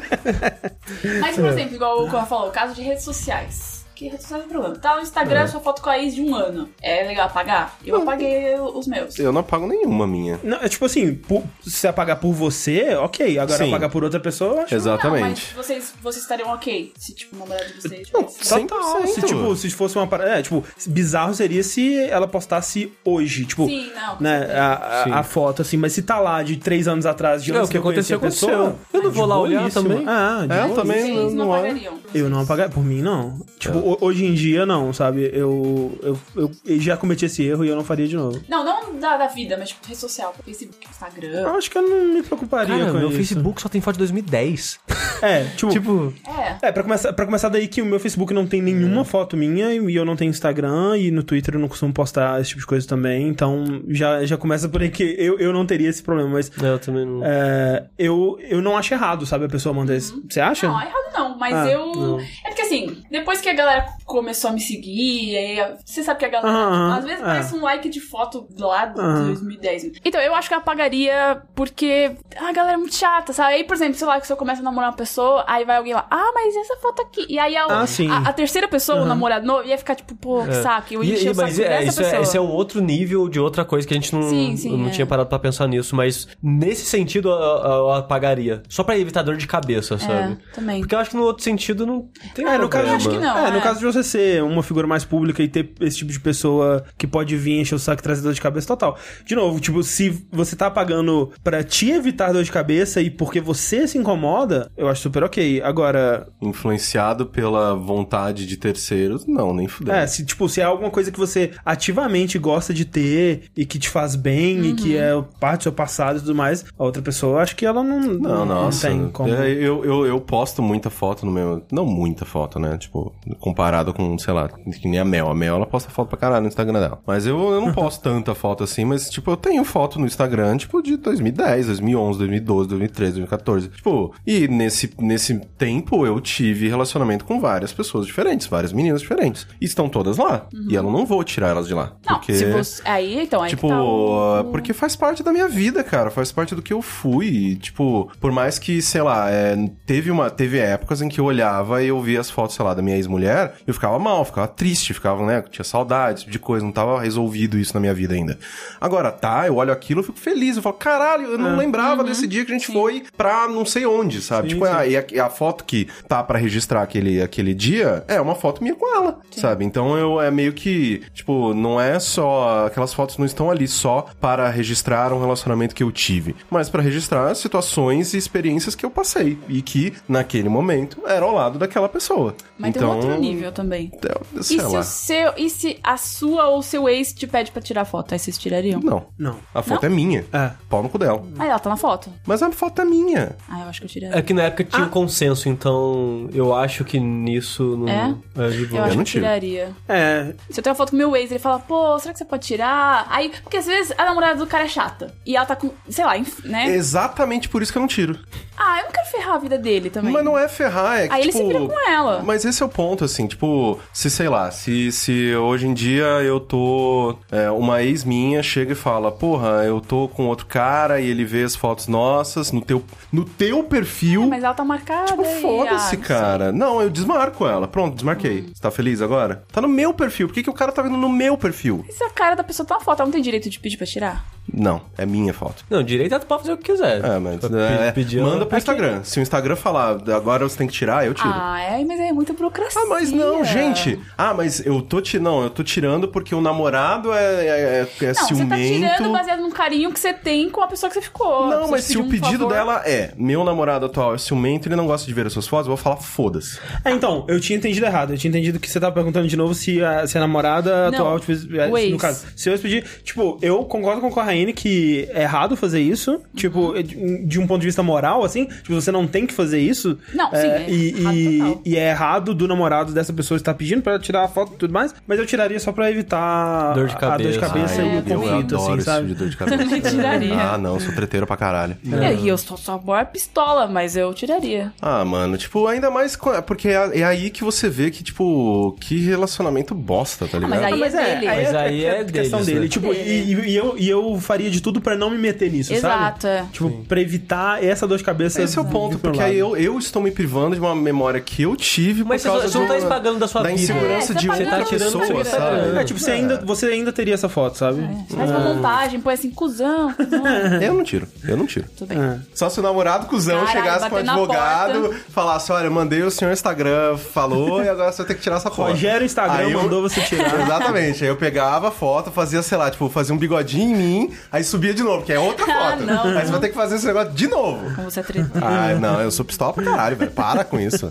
[SPEAKER 1] Mas, por exemplo, igual o Corra falou, o caso de redes sociais. Que redes sociais é problema? Tá no Instagram, sua foto com a ex de um ano. É legal apagar? Eu apaguei os meus.
[SPEAKER 4] Eu não apago nenhuma minha.
[SPEAKER 2] Não, é tipo assim, por- se apagar por você, ok. Agora
[SPEAKER 4] Sim.
[SPEAKER 2] apagar por outra pessoa, eu acho.
[SPEAKER 1] Não, mas
[SPEAKER 4] Exatamente.
[SPEAKER 1] vocês, vocês estariam ok se, tipo, o namorado de vocês...
[SPEAKER 4] Não,
[SPEAKER 1] tivesse-
[SPEAKER 4] sim.
[SPEAKER 2] Total, se
[SPEAKER 4] 100%.
[SPEAKER 2] tipo, se fosse uma parada. É, tipo, bizarro seria se ela postasse hoje. Tipo,
[SPEAKER 1] Sim, não.
[SPEAKER 2] né, a,
[SPEAKER 3] Sim.
[SPEAKER 2] a- a foto, assim, mas se tá lá de três anos atrás, de
[SPEAKER 3] É,
[SPEAKER 2] antes
[SPEAKER 3] o que
[SPEAKER 2] que eu conheci a
[SPEAKER 3] aconteceu,
[SPEAKER 2] pessoa, é
[SPEAKER 3] aconteceu. Eu não
[SPEAKER 2] de
[SPEAKER 3] vou lá olhar
[SPEAKER 2] boíssima.
[SPEAKER 3] também.
[SPEAKER 2] Ah, de
[SPEAKER 4] É, eu
[SPEAKER 2] boíssima.
[SPEAKER 4] também
[SPEAKER 1] Vocês não,
[SPEAKER 4] não é.
[SPEAKER 1] apagariam.
[SPEAKER 2] Eu não apagar, por mim não.
[SPEAKER 3] É.
[SPEAKER 2] Tipo, ho- hoje em dia não, sabe? Eu, eu, eu, eu já cometi esse erro e eu não faria de novo.
[SPEAKER 1] Não, não da, da vida, mas, tipo, rede social. Facebook,
[SPEAKER 2] Eu
[SPEAKER 1] Instagram.
[SPEAKER 2] acho que eu não me preocuparia
[SPEAKER 3] Cara,
[SPEAKER 2] com
[SPEAKER 3] meu
[SPEAKER 2] isso.
[SPEAKER 3] Facebook só tem foto de 2010.
[SPEAKER 2] É, tipo...
[SPEAKER 3] tipo,
[SPEAKER 1] É.
[SPEAKER 2] É, pra começar, pra começar daí que o meu Facebook não tem nenhuma
[SPEAKER 3] É.
[SPEAKER 2] foto minha e e eu não tenho Instagram e no Twitter eu não costumo postar esse tipo de coisa também, então já, já começa por aí que eu, eu não teria esse problema, mas
[SPEAKER 3] eu também não.
[SPEAKER 2] É, eu, eu não acho errado, sabe, a pessoa mandar isso. Você acha?
[SPEAKER 1] Não, é errado não, mas
[SPEAKER 2] Ah,
[SPEAKER 1] eu.
[SPEAKER 2] não.
[SPEAKER 1] É porque assim, depois que a galera começou a me seguir, aí a- você sabe que a galera.
[SPEAKER 2] Aham,
[SPEAKER 1] às vezes
[SPEAKER 2] é.
[SPEAKER 1] parece um like de foto lá de
[SPEAKER 2] Aham.
[SPEAKER 1] 2010. Então, eu acho que eu apagaria porque a galera é muito chata, sabe? Aí, por exemplo, sei lá, que se eu começo a namorar uma pessoa, aí vai alguém lá, ah, mas essa foto aqui. E aí a,
[SPEAKER 2] Ah, sim.
[SPEAKER 1] a, a terceira pessoa, o namorado novo, ia ficar tipo, pô, que saco, eu
[SPEAKER 3] É. E-
[SPEAKER 1] enchi
[SPEAKER 3] e-
[SPEAKER 1] o saco
[SPEAKER 3] mas é,
[SPEAKER 1] dessa
[SPEAKER 3] isso
[SPEAKER 1] pessoa.
[SPEAKER 3] é, esse é um outro nível de outra coisa que a gente não,
[SPEAKER 1] Sim, sim,
[SPEAKER 3] eu não
[SPEAKER 1] é.
[SPEAKER 3] tinha parado pra pensar nisso, mas nesse sentido eu, eu- eu apagaria. Só pra evitar dor de
[SPEAKER 1] É.
[SPEAKER 3] cabeça, sabe?
[SPEAKER 1] também.
[SPEAKER 3] Porque eu acho que no outro sentido não tem
[SPEAKER 2] É, no caso,
[SPEAKER 3] problema.
[SPEAKER 1] Eu acho que não,
[SPEAKER 2] É, no
[SPEAKER 1] é.
[SPEAKER 2] caso de você ser uma figura mais pública e ter esse tipo de pessoa que pode vir encher o saco e trazer dor de cabeça total. De novo, tipo, se você tá pagando pra te evitar dor de cabeça e porque você se incomoda, eu acho super ok. Agora,
[SPEAKER 4] Influenciado pela vontade de terceiros, não, nem fudeu.
[SPEAKER 2] é, se, tipo, se é alguma coisa que você ativamente gosta de ter e que te faz bem e que é
[SPEAKER 1] Uhum.
[SPEAKER 2] parte do seu passado e tudo mais, a outra pessoa, eu acho que ela não,
[SPEAKER 4] Não, nossa.
[SPEAKER 2] tem como.
[SPEAKER 4] É, eu, eu, eu posto muita foto no meu. Não muita foto, né? Tipo, comparado com, sei lá, que nem a Mel. A Mel, ela posta foto pra caralho no Instagram dela. Mas eu, eu não posto tanta foto assim, mas, tipo, eu tenho foto no Instagram, tipo, de 2010, 2011, 2012, 2013, 2014. Tipo, e nesse, nesse tempo eu tive relacionamento com várias pessoas diferentes, várias meninas diferentes. E estão todas lá. E eu não vou tirar elas de lá.
[SPEAKER 1] Não,
[SPEAKER 4] porque...
[SPEAKER 1] se você. Aí, então, aí que
[SPEAKER 4] Tipo,
[SPEAKER 1] tá o-
[SPEAKER 4] porque faz parte da minha vida, cara. Faz parte do que eu fui. E, tipo, por mais que, sei lá, é, teve, uma, teve épocas em que eu olhava e eu via as fotos, sei lá, da minha ex-mulher. Eu Eu ficava mal, ficava triste, ficava, né? Tinha saudades de coisa, não tava resolvido isso na minha vida ainda. Agora, tá, eu olho aquilo, eu fico feliz, eu falo, caralho, eu não lembrava
[SPEAKER 1] Uhum.
[SPEAKER 4] desse dia que a gente foi pra não sei onde, sabe? tipo, ah, e a, e a foto que tá pra registrar aquele, aquele dia é uma foto minha com ela, sabe? Então eu é meio que, tipo, não é só. Aquelas fotos não estão ali só para registrar um relacionamento que eu tive, mas pra registrar situações e experiências que eu passei e que, naquele momento, era ao lado daquela pessoa.
[SPEAKER 1] Mas
[SPEAKER 4] então,
[SPEAKER 1] tem um outro nível também.
[SPEAKER 4] é,
[SPEAKER 1] E
[SPEAKER 4] Sei
[SPEAKER 1] se,
[SPEAKER 4] lá.
[SPEAKER 1] o seu, e se a sua ou o seu ex te pede pra tirar foto? Aí vocês tirariam?
[SPEAKER 4] Não.
[SPEAKER 2] Não.
[SPEAKER 4] A foto é minha.
[SPEAKER 2] É.
[SPEAKER 4] Pau no cu dela.
[SPEAKER 1] Aí ela tá na foto.
[SPEAKER 4] Mas a foto é minha.
[SPEAKER 1] Ah, eu acho que eu tiraria.
[SPEAKER 3] É que na época
[SPEAKER 1] Ah.
[SPEAKER 3] tinha um consenso, então eu acho que nisso não.
[SPEAKER 1] É?
[SPEAKER 3] de boa.
[SPEAKER 1] Eu acho que
[SPEAKER 4] não
[SPEAKER 1] eu
[SPEAKER 4] tiro.
[SPEAKER 1] tiraria.
[SPEAKER 2] É,
[SPEAKER 1] Se eu tenho uma foto com meu ex, ele fala, pô, será que você pode tirar? Aí, porque às vezes a namorada do cara é chata. E ela tá com, sei lá, inf- né?
[SPEAKER 4] Exatamente por isso que eu não tiro.
[SPEAKER 1] Ah, eu não quero ferrar a vida dele também.
[SPEAKER 4] Mas não é ferrar, é que,
[SPEAKER 1] Aí ele se
[SPEAKER 4] tipo...
[SPEAKER 1] vira com ela.
[SPEAKER 4] Mas esse é o ponto, assim, tipo, se sei lá, se, se hoje em dia eu tô. é, uma ex minha chega e fala, porra, eu tô com outro cara e ele vê as fotos nossas no teu, no teu perfil.
[SPEAKER 1] Mas ela tá marcada.
[SPEAKER 4] Tipo,
[SPEAKER 1] e-
[SPEAKER 4] foda-se,
[SPEAKER 1] ah, não
[SPEAKER 4] cara. Não, eu desmarco ela. Pronto, desmarquei.
[SPEAKER 1] Hum.
[SPEAKER 4] Você tá feliz agora? Tá no meu perfil. Por que, que o cara tá vendo no meu perfil?
[SPEAKER 1] sei. Se a cara da pessoa tá na foto, ela não tem direito de pedir pra tirar?
[SPEAKER 4] Não, é minha foto.
[SPEAKER 3] Não, direito é tu pode fazer o que quiser.
[SPEAKER 4] É, mas
[SPEAKER 3] Tá Pe-
[SPEAKER 4] é,
[SPEAKER 3] pedir-
[SPEAKER 4] manda pro
[SPEAKER 3] Aqui-
[SPEAKER 4] Instagram. Se o Instagram falar agora você tem que tirar, eu tiro. Ah.
[SPEAKER 1] Ah, é, mas é muita burocracia.
[SPEAKER 4] mas não,
[SPEAKER 1] é.
[SPEAKER 4] gente. Ah, mas eu tô tirando. Não, eu tô tirando porque o namorado é, é, é- é
[SPEAKER 1] Não, você tá
[SPEAKER 4] ciumento.
[SPEAKER 1] tirando baseado num carinho que você tem com a pessoa que você ficou.
[SPEAKER 4] Não,
[SPEAKER 1] Você
[SPEAKER 4] mas se
[SPEAKER 1] pediu
[SPEAKER 4] o
[SPEAKER 1] um
[SPEAKER 4] pedido
[SPEAKER 1] favor.
[SPEAKER 4] dela é meu namorado atual é ciumento, ele não gosta de ver as suas fotos, eu vou falar foda-se.
[SPEAKER 2] É, então, eu tinha entendido errado. Eu tinha entendido que você tava perguntando de novo se a, se a namorada
[SPEAKER 1] Não,
[SPEAKER 2] atual, tipo, é,
[SPEAKER 1] o ex.
[SPEAKER 2] no caso. Se eu pedir. Tipo, eu concordo com a Corraine que é errado fazer isso.
[SPEAKER 1] Uhum.
[SPEAKER 2] Tipo, de de um ponto de vista moral, assim. Tipo, você não tem que fazer isso.
[SPEAKER 1] Não, sim, é
[SPEAKER 2] e,
[SPEAKER 1] errado
[SPEAKER 2] e-
[SPEAKER 1] total.
[SPEAKER 2] e é errado do namorado dessa pessoa estar pedindo pra ela tirar a foto e tudo mais. Mas eu tiraria só pra evitar
[SPEAKER 3] Dor
[SPEAKER 2] a dor de
[SPEAKER 3] de cabeça.
[SPEAKER 4] Ah,
[SPEAKER 1] Ai,
[SPEAKER 2] cabeça e
[SPEAKER 1] né? É, eu
[SPEAKER 2] o conflito, assim, sabe?
[SPEAKER 4] tipo de dor de cabeça.
[SPEAKER 1] Também tiraria.
[SPEAKER 4] Ah, não, eu sou treteiro pra caralho.
[SPEAKER 1] É, E eu sou só boa pistola, mas eu tiraria.
[SPEAKER 4] Ah, mano, tipo, ainda mais. co- Porque é, é aí que você vê que, tipo, que relacionamento bosta, tá ligado?
[SPEAKER 1] mas aí-
[SPEAKER 2] Ah, mas é,
[SPEAKER 1] dele.
[SPEAKER 2] aí
[SPEAKER 3] Mas
[SPEAKER 2] é,
[SPEAKER 3] aí
[SPEAKER 2] é
[SPEAKER 3] é
[SPEAKER 2] questão
[SPEAKER 3] deles,
[SPEAKER 2] dele.
[SPEAKER 3] né?
[SPEAKER 2] Tipo, e, e eu, e eu faria de tudo pra não me meter nisso,
[SPEAKER 1] Exato,
[SPEAKER 2] sabe?
[SPEAKER 1] é.
[SPEAKER 2] Tipo, pra evitar essa dor de cabeça.
[SPEAKER 4] Esse é o
[SPEAKER 2] vir
[SPEAKER 4] ponto,
[SPEAKER 2] pro
[SPEAKER 4] porque
[SPEAKER 2] lado.
[SPEAKER 4] aí eu, eu estou me privando de uma memória que eu tive
[SPEAKER 3] Mas
[SPEAKER 4] por
[SPEAKER 3] você
[SPEAKER 4] causa
[SPEAKER 3] só- você não
[SPEAKER 4] de
[SPEAKER 3] tá
[SPEAKER 4] uma-
[SPEAKER 3] esmagando da sua
[SPEAKER 4] da
[SPEAKER 3] vida.
[SPEAKER 4] insegurança
[SPEAKER 1] É, você
[SPEAKER 4] de
[SPEAKER 1] tá
[SPEAKER 4] outra
[SPEAKER 1] tirando do
[SPEAKER 4] pessoa,
[SPEAKER 3] Instagram.
[SPEAKER 4] sabe?
[SPEAKER 2] É, tipo, você, ainda, você ainda teria essa foto, sabe?
[SPEAKER 1] Faz uma
[SPEAKER 4] Ah.
[SPEAKER 1] montagem, põe assim, cuzão, cuzão.
[SPEAKER 4] Eu não tiro, eu não tiro.
[SPEAKER 1] Tudo bem.
[SPEAKER 4] Só se o namorado cuzão
[SPEAKER 1] Caralho,
[SPEAKER 4] chegasse com o
[SPEAKER 1] bateu na
[SPEAKER 4] advogado, falasse, olha, mandei o senhor Instagram, falou, e agora você vai ter que tirar essa foto.
[SPEAKER 2] Rogério Instagram
[SPEAKER 4] Aí eu-
[SPEAKER 2] mandou você tirar.
[SPEAKER 4] Exatamente, aí eu pegava a foto, fazia, sei lá, tipo, fazia um bigodinho em mim, aí subia de novo, que é outra
[SPEAKER 1] Ah,
[SPEAKER 4] foto.
[SPEAKER 1] não.
[SPEAKER 4] Aí você vai ter que fazer esse negócio de novo.
[SPEAKER 1] Como você é treta.
[SPEAKER 4] Ah, não, eu sou pistola pra caralho, velho. Para com isso.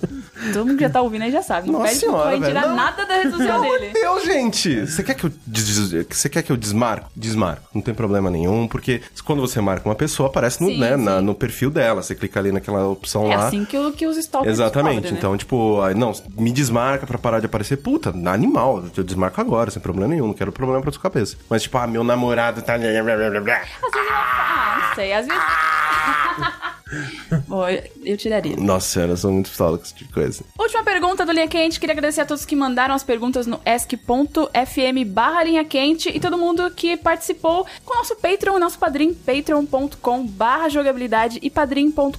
[SPEAKER 1] Todo mundo que já tá ouvindo aí já sabe. Não
[SPEAKER 4] Nossa
[SPEAKER 1] pede pro
[SPEAKER 4] senhora,
[SPEAKER 1] Coen
[SPEAKER 4] velho,
[SPEAKER 1] tirar
[SPEAKER 4] não.
[SPEAKER 1] nada da rede social
[SPEAKER 4] Meu
[SPEAKER 1] dele.
[SPEAKER 4] Deus, gente! Você quer que eu des- des- você quer que eu desmarco? Desmarco. Não tem problema nenhum, porque quando você marca uma pessoa, aparece no,
[SPEAKER 1] Sim,
[SPEAKER 4] né,
[SPEAKER 1] sim.
[SPEAKER 4] na- no perfil dela. Você clica ali naquela opção
[SPEAKER 1] É
[SPEAKER 4] lá.
[SPEAKER 1] assim que, o- que os stalkers
[SPEAKER 4] Exatamente.
[SPEAKER 1] cobram, né?
[SPEAKER 4] então, tipo, aí, não, me desmarca pra parar de aparecer. Puta, animal. Eu desmarco agora, sem problema nenhum. Não quero problema pra sua cabeça. Mas, tipo, ah, meu namorado tá.
[SPEAKER 1] Ah, não sei, às vezes... Bom, eu- eu tiraria.
[SPEAKER 4] Nossa senhora, eu sou muito pistola com esse tipo de coisa.
[SPEAKER 1] Última pergunta do Linha Quente. Queria agradecer a todos que mandaram as perguntas no ask.fm barra Linha Quente e todo mundo que participou com o nosso Patreon e nosso Padrim, patreon.com barra jogabilidade e padrim.com.br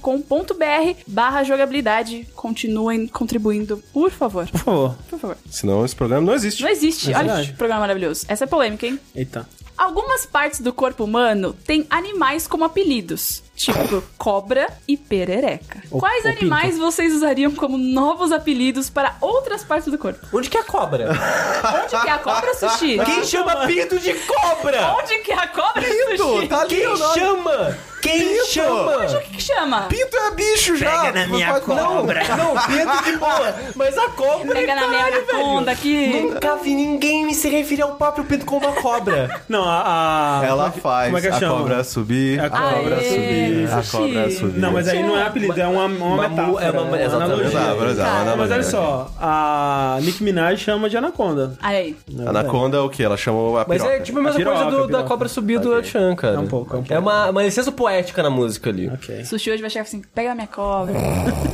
[SPEAKER 1] barra jogabilidade. Continuem contribuindo, por favor.
[SPEAKER 2] Por favor.
[SPEAKER 1] Por favor.
[SPEAKER 4] Senão esse programa não existe.
[SPEAKER 1] Não existe.
[SPEAKER 2] É
[SPEAKER 1] Olha
[SPEAKER 2] verdade.
[SPEAKER 1] que programa maravilhoso. Essa é polêmica, hein?
[SPEAKER 2] Eita.
[SPEAKER 1] Algumas partes do corpo humano têm animais como apelidos, tipo cobra e perereca.
[SPEAKER 2] Ou-
[SPEAKER 1] Quais
[SPEAKER 2] ou
[SPEAKER 1] animais vocês usariam como novos apelidos para outras partes do corpo?
[SPEAKER 3] Onde que é a cobra? Tá
[SPEAKER 1] Onde que é a cobra sushi?
[SPEAKER 3] Quem chama pinto de cobra?
[SPEAKER 1] Onde que é a cobra
[SPEAKER 4] Pinto,
[SPEAKER 1] sushi?
[SPEAKER 4] tá ali
[SPEAKER 3] Quem
[SPEAKER 4] o nome.
[SPEAKER 3] chama? Quem
[SPEAKER 4] Pinto.
[SPEAKER 1] Mas o
[SPEAKER 3] chama?
[SPEAKER 1] que que chama?
[SPEAKER 4] Pinto é bicho já.
[SPEAKER 5] Pega na
[SPEAKER 4] Não
[SPEAKER 5] minha
[SPEAKER 4] pode-
[SPEAKER 5] cobra.
[SPEAKER 3] Não, pinto de boa. Mas a cobra.
[SPEAKER 1] Pega na minha
[SPEAKER 3] caralho, velho.
[SPEAKER 1] anaconda aqui.
[SPEAKER 3] Nunca vi ninguém se referir ao próprio pinto como uma cobra.
[SPEAKER 2] Não, a. a-
[SPEAKER 4] Ela
[SPEAKER 2] como é que-
[SPEAKER 4] faz
[SPEAKER 2] Como é que
[SPEAKER 4] a
[SPEAKER 2] chama?
[SPEAKER 4] cobra subir,
[SPEAKER 2] A
[SPEAKER 4] a cobra
[SPEAKER 1] Aê,
[SPEAKER 4] subir, a
[SPEAKER 1] sushi.
[SPEAKER 4] cobra subir.
[SPEAKER 2] Não, mas aí não é apelido, é uma, uma,
[SPEAKER 3] Uma mu-
[SPEAKER 2] metáfora.
[SPEAKER 3] é uma-
[SPEAKER 2] é uma
[SPEAKER 3] exatamente.
[SPEAKER 2] analogia.
[SPEAKER 4] Exato, exato, uma
[SPEAKER 2] Mas
[SPEAKER 4] analogia.
[SPEAKER 2] olha só, a Nick Minaj chama de anaconda.
[SPEAKER 1] Olha aí.
[SPEAKER 4] Anaconda é o quê? Ela chamou a
[SPEAKER 3] Mas
[SPEAKER 4] piroca.
[SPEAKER 3] é tipo a mesma
[SPEAKER 2] Piroca,
[SPEAKER 3] coisa do- da
[SPEAKER 2] piroca.
[SPEAKER 3] cobra subir do Chan, cara.
[SPEAKER 2] É um pouco, é um pouco.
[SPEAKER 3] uma, uma licença poética na música ali.
[SPEAKER 2] Ok.
[SPEAKER 1] Sushi hoje vai chegar assim, pega na minha cobra.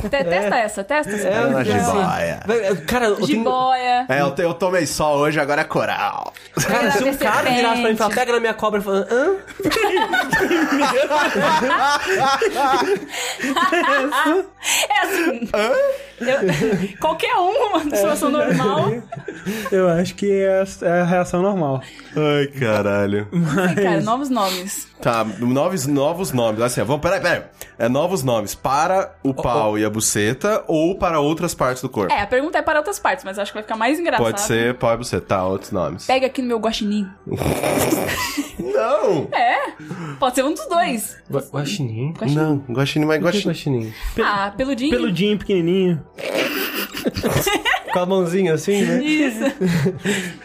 [SPEAKER 1] Te- Testa essa, testa essa. assim,
[SPEAKER 4] É uma
[SPEAKER 1] Testa essa.
[SPEAKER 4] jiboia.
[SPEAKER 3] Velho, Cara, eu tenho.
[SPEAKER 1] Jiboia.
[SPEAKER 4] É, eu, te- eu tomei sol hoje, agora é coral.
[SPEAKER 3] Cara, se um
[SPEAKER 1] Serpente.
[SPEAKER 3] cara virasse pra mim e falar, pega na minha cobra, eu falo, hã?
[SPEAKER 1] É assim. Eu- qualquer um,
[SPEAKER 3] É.
[SPEAKER 1] uma situação normal.
[SPEAKER 2] Eu acho que é a, é a reação normal.
[SPEAKER 4] Ai, caralho.
[SPEAKER 1] Ai, cara, novos nomes.
[SPEAKER 4] Tá, novos, novos nomes. Assim, ó, vamos, peraí, peraí. É novos nomes para o pau e a buceta ou para outras partes do corpo.
[SPEAKER 1] Oh, É, a pergunta é para outras partes, mas acho que vai ficar mais engraçado.
[SPEAKER 4] Pode ser pau e buceta, tá, outros nomes.
[SPEAKER 1] Pega aqui no meu guaxinim.
[SPEAKER 4] Não!
[SPEAKER 1] É, pode ser um dos dois.
[SPEAKER 3] Gua- Guaxinim? Por
[SPEAKER 4] Não, guaxinim, mas
[SPEAKER 3] que
[SPEAKER 4] guaxinim.
[SPEAKER 3] Guaxinim.
[SPEAKER 1] Ah, peludinho.
[SPEAKER 2] Peludinho, pequenininho.
[SPEAKER 3] Com a mãozinha assim, né?
[SPEAKER 1] Isso. Deixa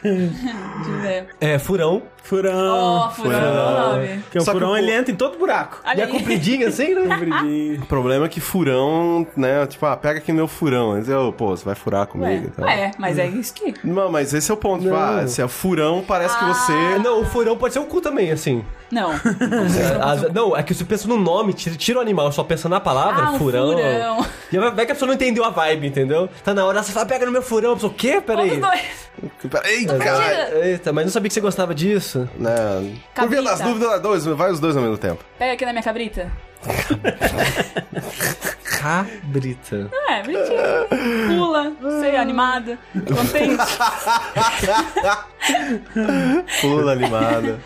[SPEAKER 1] eu ver.
[SPEAKER 3] É, furão.
[SPEAKER 2] Furão.
[SPEAKER 1] Ó, furou meu nome.
[SPEAKER 2] Porque o é
[SPEAKER 4] Só que
[SPEAKER 2] um furão
[SPEAKER 4] o-
[SPEAKER 2] ele entra em todo buraco.
[SPEAKER 1] Olha
[SPEAKER 3] E a
[SPEAKER 1] aí.
[SPEAKER 3] compridinha assim, né?
[SPEAKER 2] Compridinho.
[SPEAKER 4] O problema é que furão, né? Tipo, ah, pega aqui meu furão. Mas eu, pô, você vai furar comigo e tal.
[SPEAKER 1] Ué, é, mas é isso que.
[SPEAKER 4] Não, mas esse é o ponto. Tipo,
[SPEAKER 3] Não.
[SPEAKER 4] ah, se é furão, parece que
[SPEAKER 3] É,
[SPEAKER 1] Ah,
[SPEAKER 4] você.
[SPEAKER 3] Não, o furão pode ser o cu também, assim.
[SPEAKER 1] Não.
[SPEAKER 3] É, as- não, é que se pensa no nome, tira, tira o animal, só pensa na palavra,
[SPEAKER 1] Ah, um
[SPEAKER 3] furão.
[SPEAKER 1] furão.
[SPEAKER 3] E é vai vai que a pessoa não entendeu a vibe, entendeu? Tá na hora, você fala, pega no meu furão, a pessoa, o quê?
[SPEAKER 1] Um
[SPEAKER 3] Peraí.
[SPEAKER 1] dos dois.
[SPEAKER 4] Ei, caralho!
[SPEAKER 3] Eita, mas não sabia que você gostava disso.
[SPEAKER 4] Né? Por
[SPEAKER 1] Cabrita.
[SPEAKER 4] via das dúvidas, dá dois, vai os dois ao mesmo tempo.
[SPEAKER 1] Pega aqui na minha cabrita.
[SPEAKER 3] Cabrita.
[SPEAKER 1] Ah, é, bonitinho. Pula, sei, animada, contente.
[SPEAKER 4] Pula animada.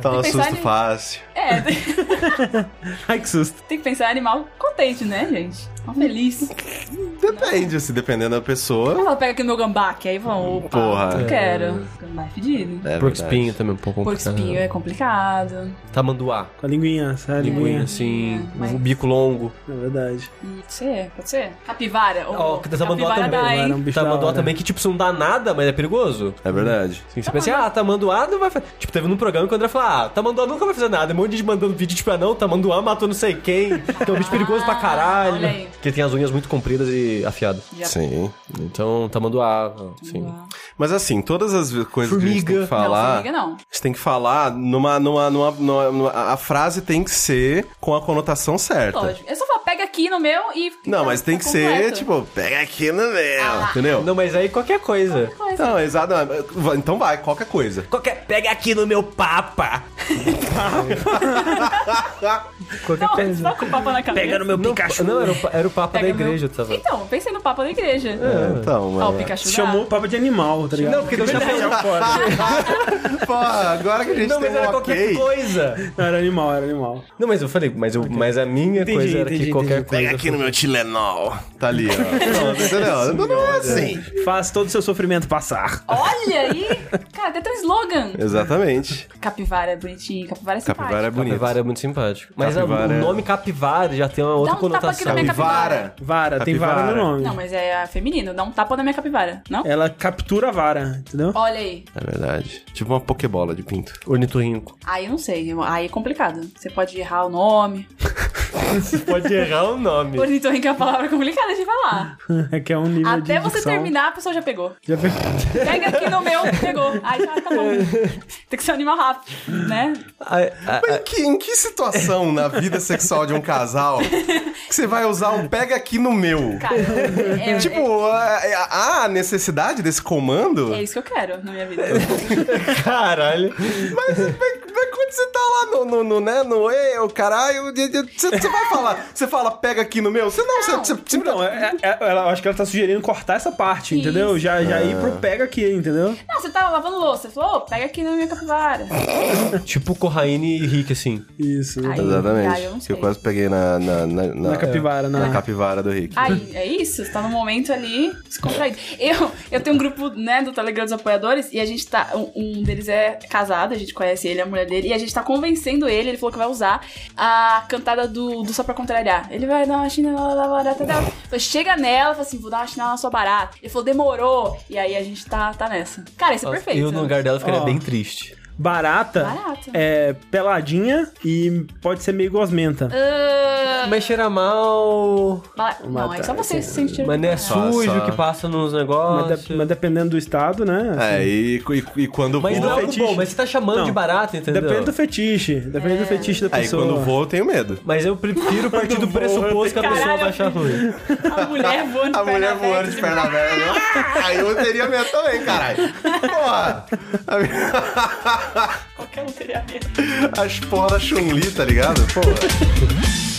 [SPEAKER 4] Tá um
[SPEAKER 1] que pensar
[SPEAKER 4] susto
[SPEAKER 1] em-
[SPEAKER 4] fácil.
[SPEAKER 1] É, tem-
[SPEAKER 2] Ai, que susto.
[SPEAKER 1] tem que pensar em animal contente, né, gente? Ó, feliz. É,
[SPEAKER 4] Depende, se dependendo da pessoa.
[SPEAKER 1] Ela pega aqui no meu gambá, que aí vão, opa,
[SPEAKER 4] Porra.
[SPEAKER 1] não quero. Gambá é fedido.
[SPEAKER 4] É
[SPEAKER 3] Porco
[SPEAKER 4] verdade.
[SPEAKER 3] espinho também, um pouco
[SPEAKER 1] Porco espinho é complicado.
[SPEAKER 3] Tamanduá.
[SPEAKER 2] Com a linguinha, sabe? A
[SPEAKER 3] Linguinha,
[SPEAKER 2] linguinha.
[SPEAKER 3] assim,
[SPEAKER 1] É, mas-
[SPEAKER 3] um bico longo.
[SPEAKER 2] É verdade.
[SPEAKER 1] Hum, Pode ser, pode ser. Capivara.
[SPEAKER 3] Ó,
[SPEAKER 1] Ou
[SPEAKER 3] que tamanduá
[SPEAKER 1] dá,
[SPEAKER 3] também.
[SPEAKER 2] Capivara é um
[SPEAKER 1] Tá, hein?
[SPEAKER 2] bicho da
[SPEAKER 3] tamanduá
[SPEAKER 2] hora.
[SPEAKER 3] também, que tipo, você não dá nada, mas é perigoso.
[SPEAKER 4] É verdade.
[SPEAKER 3] Assim, você pensa, assim, ah, tamanduá não vai fazer. Tipo, teve num programa que o André falou, ah, tamanduá nunca vai fazer nada. Um monte de gente mandando vídeo, tipo, ah, não, tamanduá matou não sei quem. Que é um bicho perigoso pra
[SPEAKER 1] Ah, olha
[SPEAKER 3] caralho.
[SPEAKER 1] aí.
[SPEAKER 3] Porque ele tem as unhas muito compridas e afiadas.
[SPEAKER 1] Já-
[SPEAKER 4] Sim.
[SPEAKER 3] Então, tamanduá, sim.
[SPEAKER 4] Mas assim, todas as coisas que a gente tem
[SPEAKER 3] Formiga.
[SPEAKER 4] que falar.
[SPEAKER 1] Não, formiga não.
[SPEAKER 4] Você tem que falar numa, numa, numa, numa- numa- A frase tem que ser com a conotação
[SPEAKER 2] Tá.
[SPEAKER 4] certa.
[SPEAKER 1] Lógico. Eu só falo, pega aqui no meu e.
[SPEAKER 4] Não, mas tem que ser,
[SPEAKER 1] completo. Ah,
[SPEAKER 4] tipo, pega aqui no meu. Entendeu?
[SPEAKER 3] Não, mas aí qualquer coisa.
[SPEAKER 2] Tá,
[SPEAKER 1] é.
[SPEAKER 4] Não, exato. não. Então vai, qualquer coisa.
[SPEAKER 3] Qualquer. Pega aqui no meu papa! qualquer
[SPEAKER 1] Não,
[SPEAKER 3] coisa.
[SPEAKER 1] só com o papo na cabeça.
[SPEAKER 2] Pega no meu Pikachu.
[SPEAKER 3] Não, era o, pa- era o papa
[SPEAKER 1] Pega
[SPEAKER 3] da
[SPEAKER 1] no meu-
[SPEAKER 2] tá
[SPEAKER 3] igreja, eu tava.
[SPEAKER 1] Então, pensei no papo da igreja.
[SPEAKER 4] É, então,
[SPEAKER 1] Ó,
[SPEAKER 4] mano.
[SPEAKER 1] o Pikachu. dá.
[SPEAKER 2] Chamou o papo de animal, tá ligado?
[SPEAKER 3] Não, porque deu chapéu.
[SPEAKER 4] Pô, agora que a gente
[SPEAKER 3] Não,
[SPEAKER 4] tem
[SPEAKER 3] mas era
[SPEAKER 4] um
[SPEAKER 3] qualquer
[SPEAKER 4] ok.
[SPEAKER 3] coisa.
[SPEAKER 2] Não, era animal, era animal.
[SPEAKER 3] Não, mas eu falei, mas, eu, mas a minha
[SPEAKER 2] Entendi,
[SPEAKER 3] coisa era
[SPEAKER 2] entendi,
[SPEAKER 3] que qualquer
[SPEAKER 2] entendi.
[SPEAKER 3] coisa.
[SPEAKER 4] Pega aqui no meu Tilenol. Tá ali, ó. Pronto, entendeu? Não, não é assim.
[SPEAKER 2] Faz todo o seu sofrimento passar.
[SPEAKER 1] Olha aí! Cara, tem até um slogan.
[SPEAKER 4] Exatamente.
[SPEAKER 1] Capivara é bonitinho, capivara é simpático.
[SPEAKER 4] Capivara é bonito.
[SPEAKER 3] Capivara é muito simpático. Mas a-
[SPEAKER 4] Capivara é-
[SPEAKER 3] o nome capivara já tem uma outra
[SPEAKER 1] um tapa aqui
[SPEAKER 3] conotação.
[SPEAKER 1] na minha
[SPEAKER 4] Capivara.
[SPEAKER 2] Vara, tem vara no
[SPEAKER 4] Capivara.
[SPEAKER 2] nome.
[SPEAKER 1] Não, mas é a feminino, dá um tapa na minha capivara, não?
[SPEAKER 2] Ela captura a vara, entendeu?
[SPEAKER 1] Olha aí.
[SPEAKER 4] É verdade. Tipo uma pokebola de pinto.
[SPEAKER 3] Ornitorrinco.
[SPEAKER 1] Aí eu não sei, eu- aí é complicado. Você pode errar o nome.
[SPEAKER 3] Pode errar o nome.
[SPEAKER 1] Ornitorrinco é uma palavra complicada de falar.
[SPEAKER 2] É que é um nível de
[SPEAKER 1] Até você
[SPEAKER 2] dicção.
[SPEAKER 1] terminar, a pessoa já pegou.
[SPEAKER 2] Já pegou.
[SPEAKER 1] Pega aqui no meu, pegou. Aí já tá bom. Tem que ser um animal rápido, né?
[SPEAKER 3] Ah, é,
[SPEAKER 4] Mas em que, em que situação na vida sexual de um casal que você vai usar um pega aqui no meu?
[SPEAKER 1] Cara, é, é-
[SPEAKER 4] Tipo, há a, necessidade desse comando?
[SPEAKER 1] é isso que eu quero na minha vida.
[SPEAKER 3] Caralho.
[SPEAKER 4] Mas, mas- mas quando você tá lá no, no, no né, no ei, ô caralho, de- de- você você vai falar, você fala pega aqui no meu? Você não, você- você... você-
[SPEAKER 2] Não, é- é- é- ela, acho que ela tá sugerindo cortar essa parte,
[SPEAKER 1] Isso.
[SPEAKER 2] entendeu? Já, já ir pro pega aqui, entendeu?
[SPEAKER 1] Não, você tá lavando louça. Você falou, "Ô, pega aqui na minha capivara.
[SPEAKER 3] tipo Corraine e Rick, assim.
[SPEAKER 2] Isso.
[SPEAKER 1] Aí,
[SPEAKER 4] Exatamente.
[SPEAKER 1] aí eu não
[SPEAKER 4] que
[SPEAKER 1] sei.
[SPEAKER 4] Ah, eu quase peguei na, na, na, na-
[SPEAKER 2] Na capivara,
[SPEAKER 4] na
[SPEAKER 2] na...
[SPEAKER 4] capivara do Rick.
[SPEAKER 1] Aí, é isso, você tá num momento ali descontraído. Eu, eu tenho um grupo, né, do Telegram dos apoiadores, e a gente tá. Um, um deles é casado, a gente conhece ele, a mulher dele, e a gente tá convencendo ele, ele falou que vai usar a cantada do, do Só Pra Contrariar. Ele vai dar uma chinela na barata dela. Falei, tá, Então, chega nela, fala assim, vou dar uma chinela na sua barata. Ele falou, demorou. E aí a gente tá, tá nessa. Cara, isso é perfeito.
[SPEAKER 3] Eu no lugar dela ficaria
[SPEAKER 2] Ó.
[SPEAKER 3] bem triste.
[SPEAKER 2] Barata,
[SPEAKER 1] Barata.
[SPEAKER 2] é peladinha e pode ser meio gosmenta.
[SPEAKER 1] Ah,
[SPEAKER 3] Mas cheira mal.
[SPEAKER 1] mas- não, é só você se sentir.
[SPEAKER 3] Mas não é
[SPEAKER 1] preparado.
[SPEAKER 4] Só,
[SPEAKER 3] sujo
[SPEAKER 4] só.
[SPEAKER 3] que passa nos
[SPEAKER 2] Mas,
[SPEAKER 3] negócios.
[SPEAKER 2] de- mas dependendo do estado, né?
[SPEAKER 4] É, e, e- e quando
[SPEAKER 3] Mas não é
[SPEAKER 4] voa.
[SPEAKER 3] algo
[SPEAKER 2] fetiche.
[SPEAKER 3] bom, mas você tá chamando
[SPEAKER 2] Não.
[SPEAKER 3] de barato, entendeu?
[SPEAKER 2] Depende do fetiche. Depende do fetiche da
[SPEAKER 4] Aí
[SPEAKER 2] pessoa.
[SPEAKER 4] quando voa, eu tenho medo.
[SPEAKER 3] Mas eu prefiro partir
[SPEAKER 2] Quando
[SPEAKER 3] do
[SPEAKER 2] voa,
[SPEAKER 3] pressuposto que a pessoa
[SPEAKER 1] Caralho.
[SPEAKER 3] vai achar ruim.
[SPEAKER 1] A mulher voando de
[SPEAKER 4] A
[SPEAKER 1] perna
[SPEAKER 4] mulher
[SPEAKER 1] aberta,
[SPEAKER 4] voando de perna aberta. Aí eu teria medo também, caralho. Porra!
[SPEAKER 1] Qualquer um teria medo.
[SPEAKER 4] As porra da Chun-Li, tá ligado? Porra.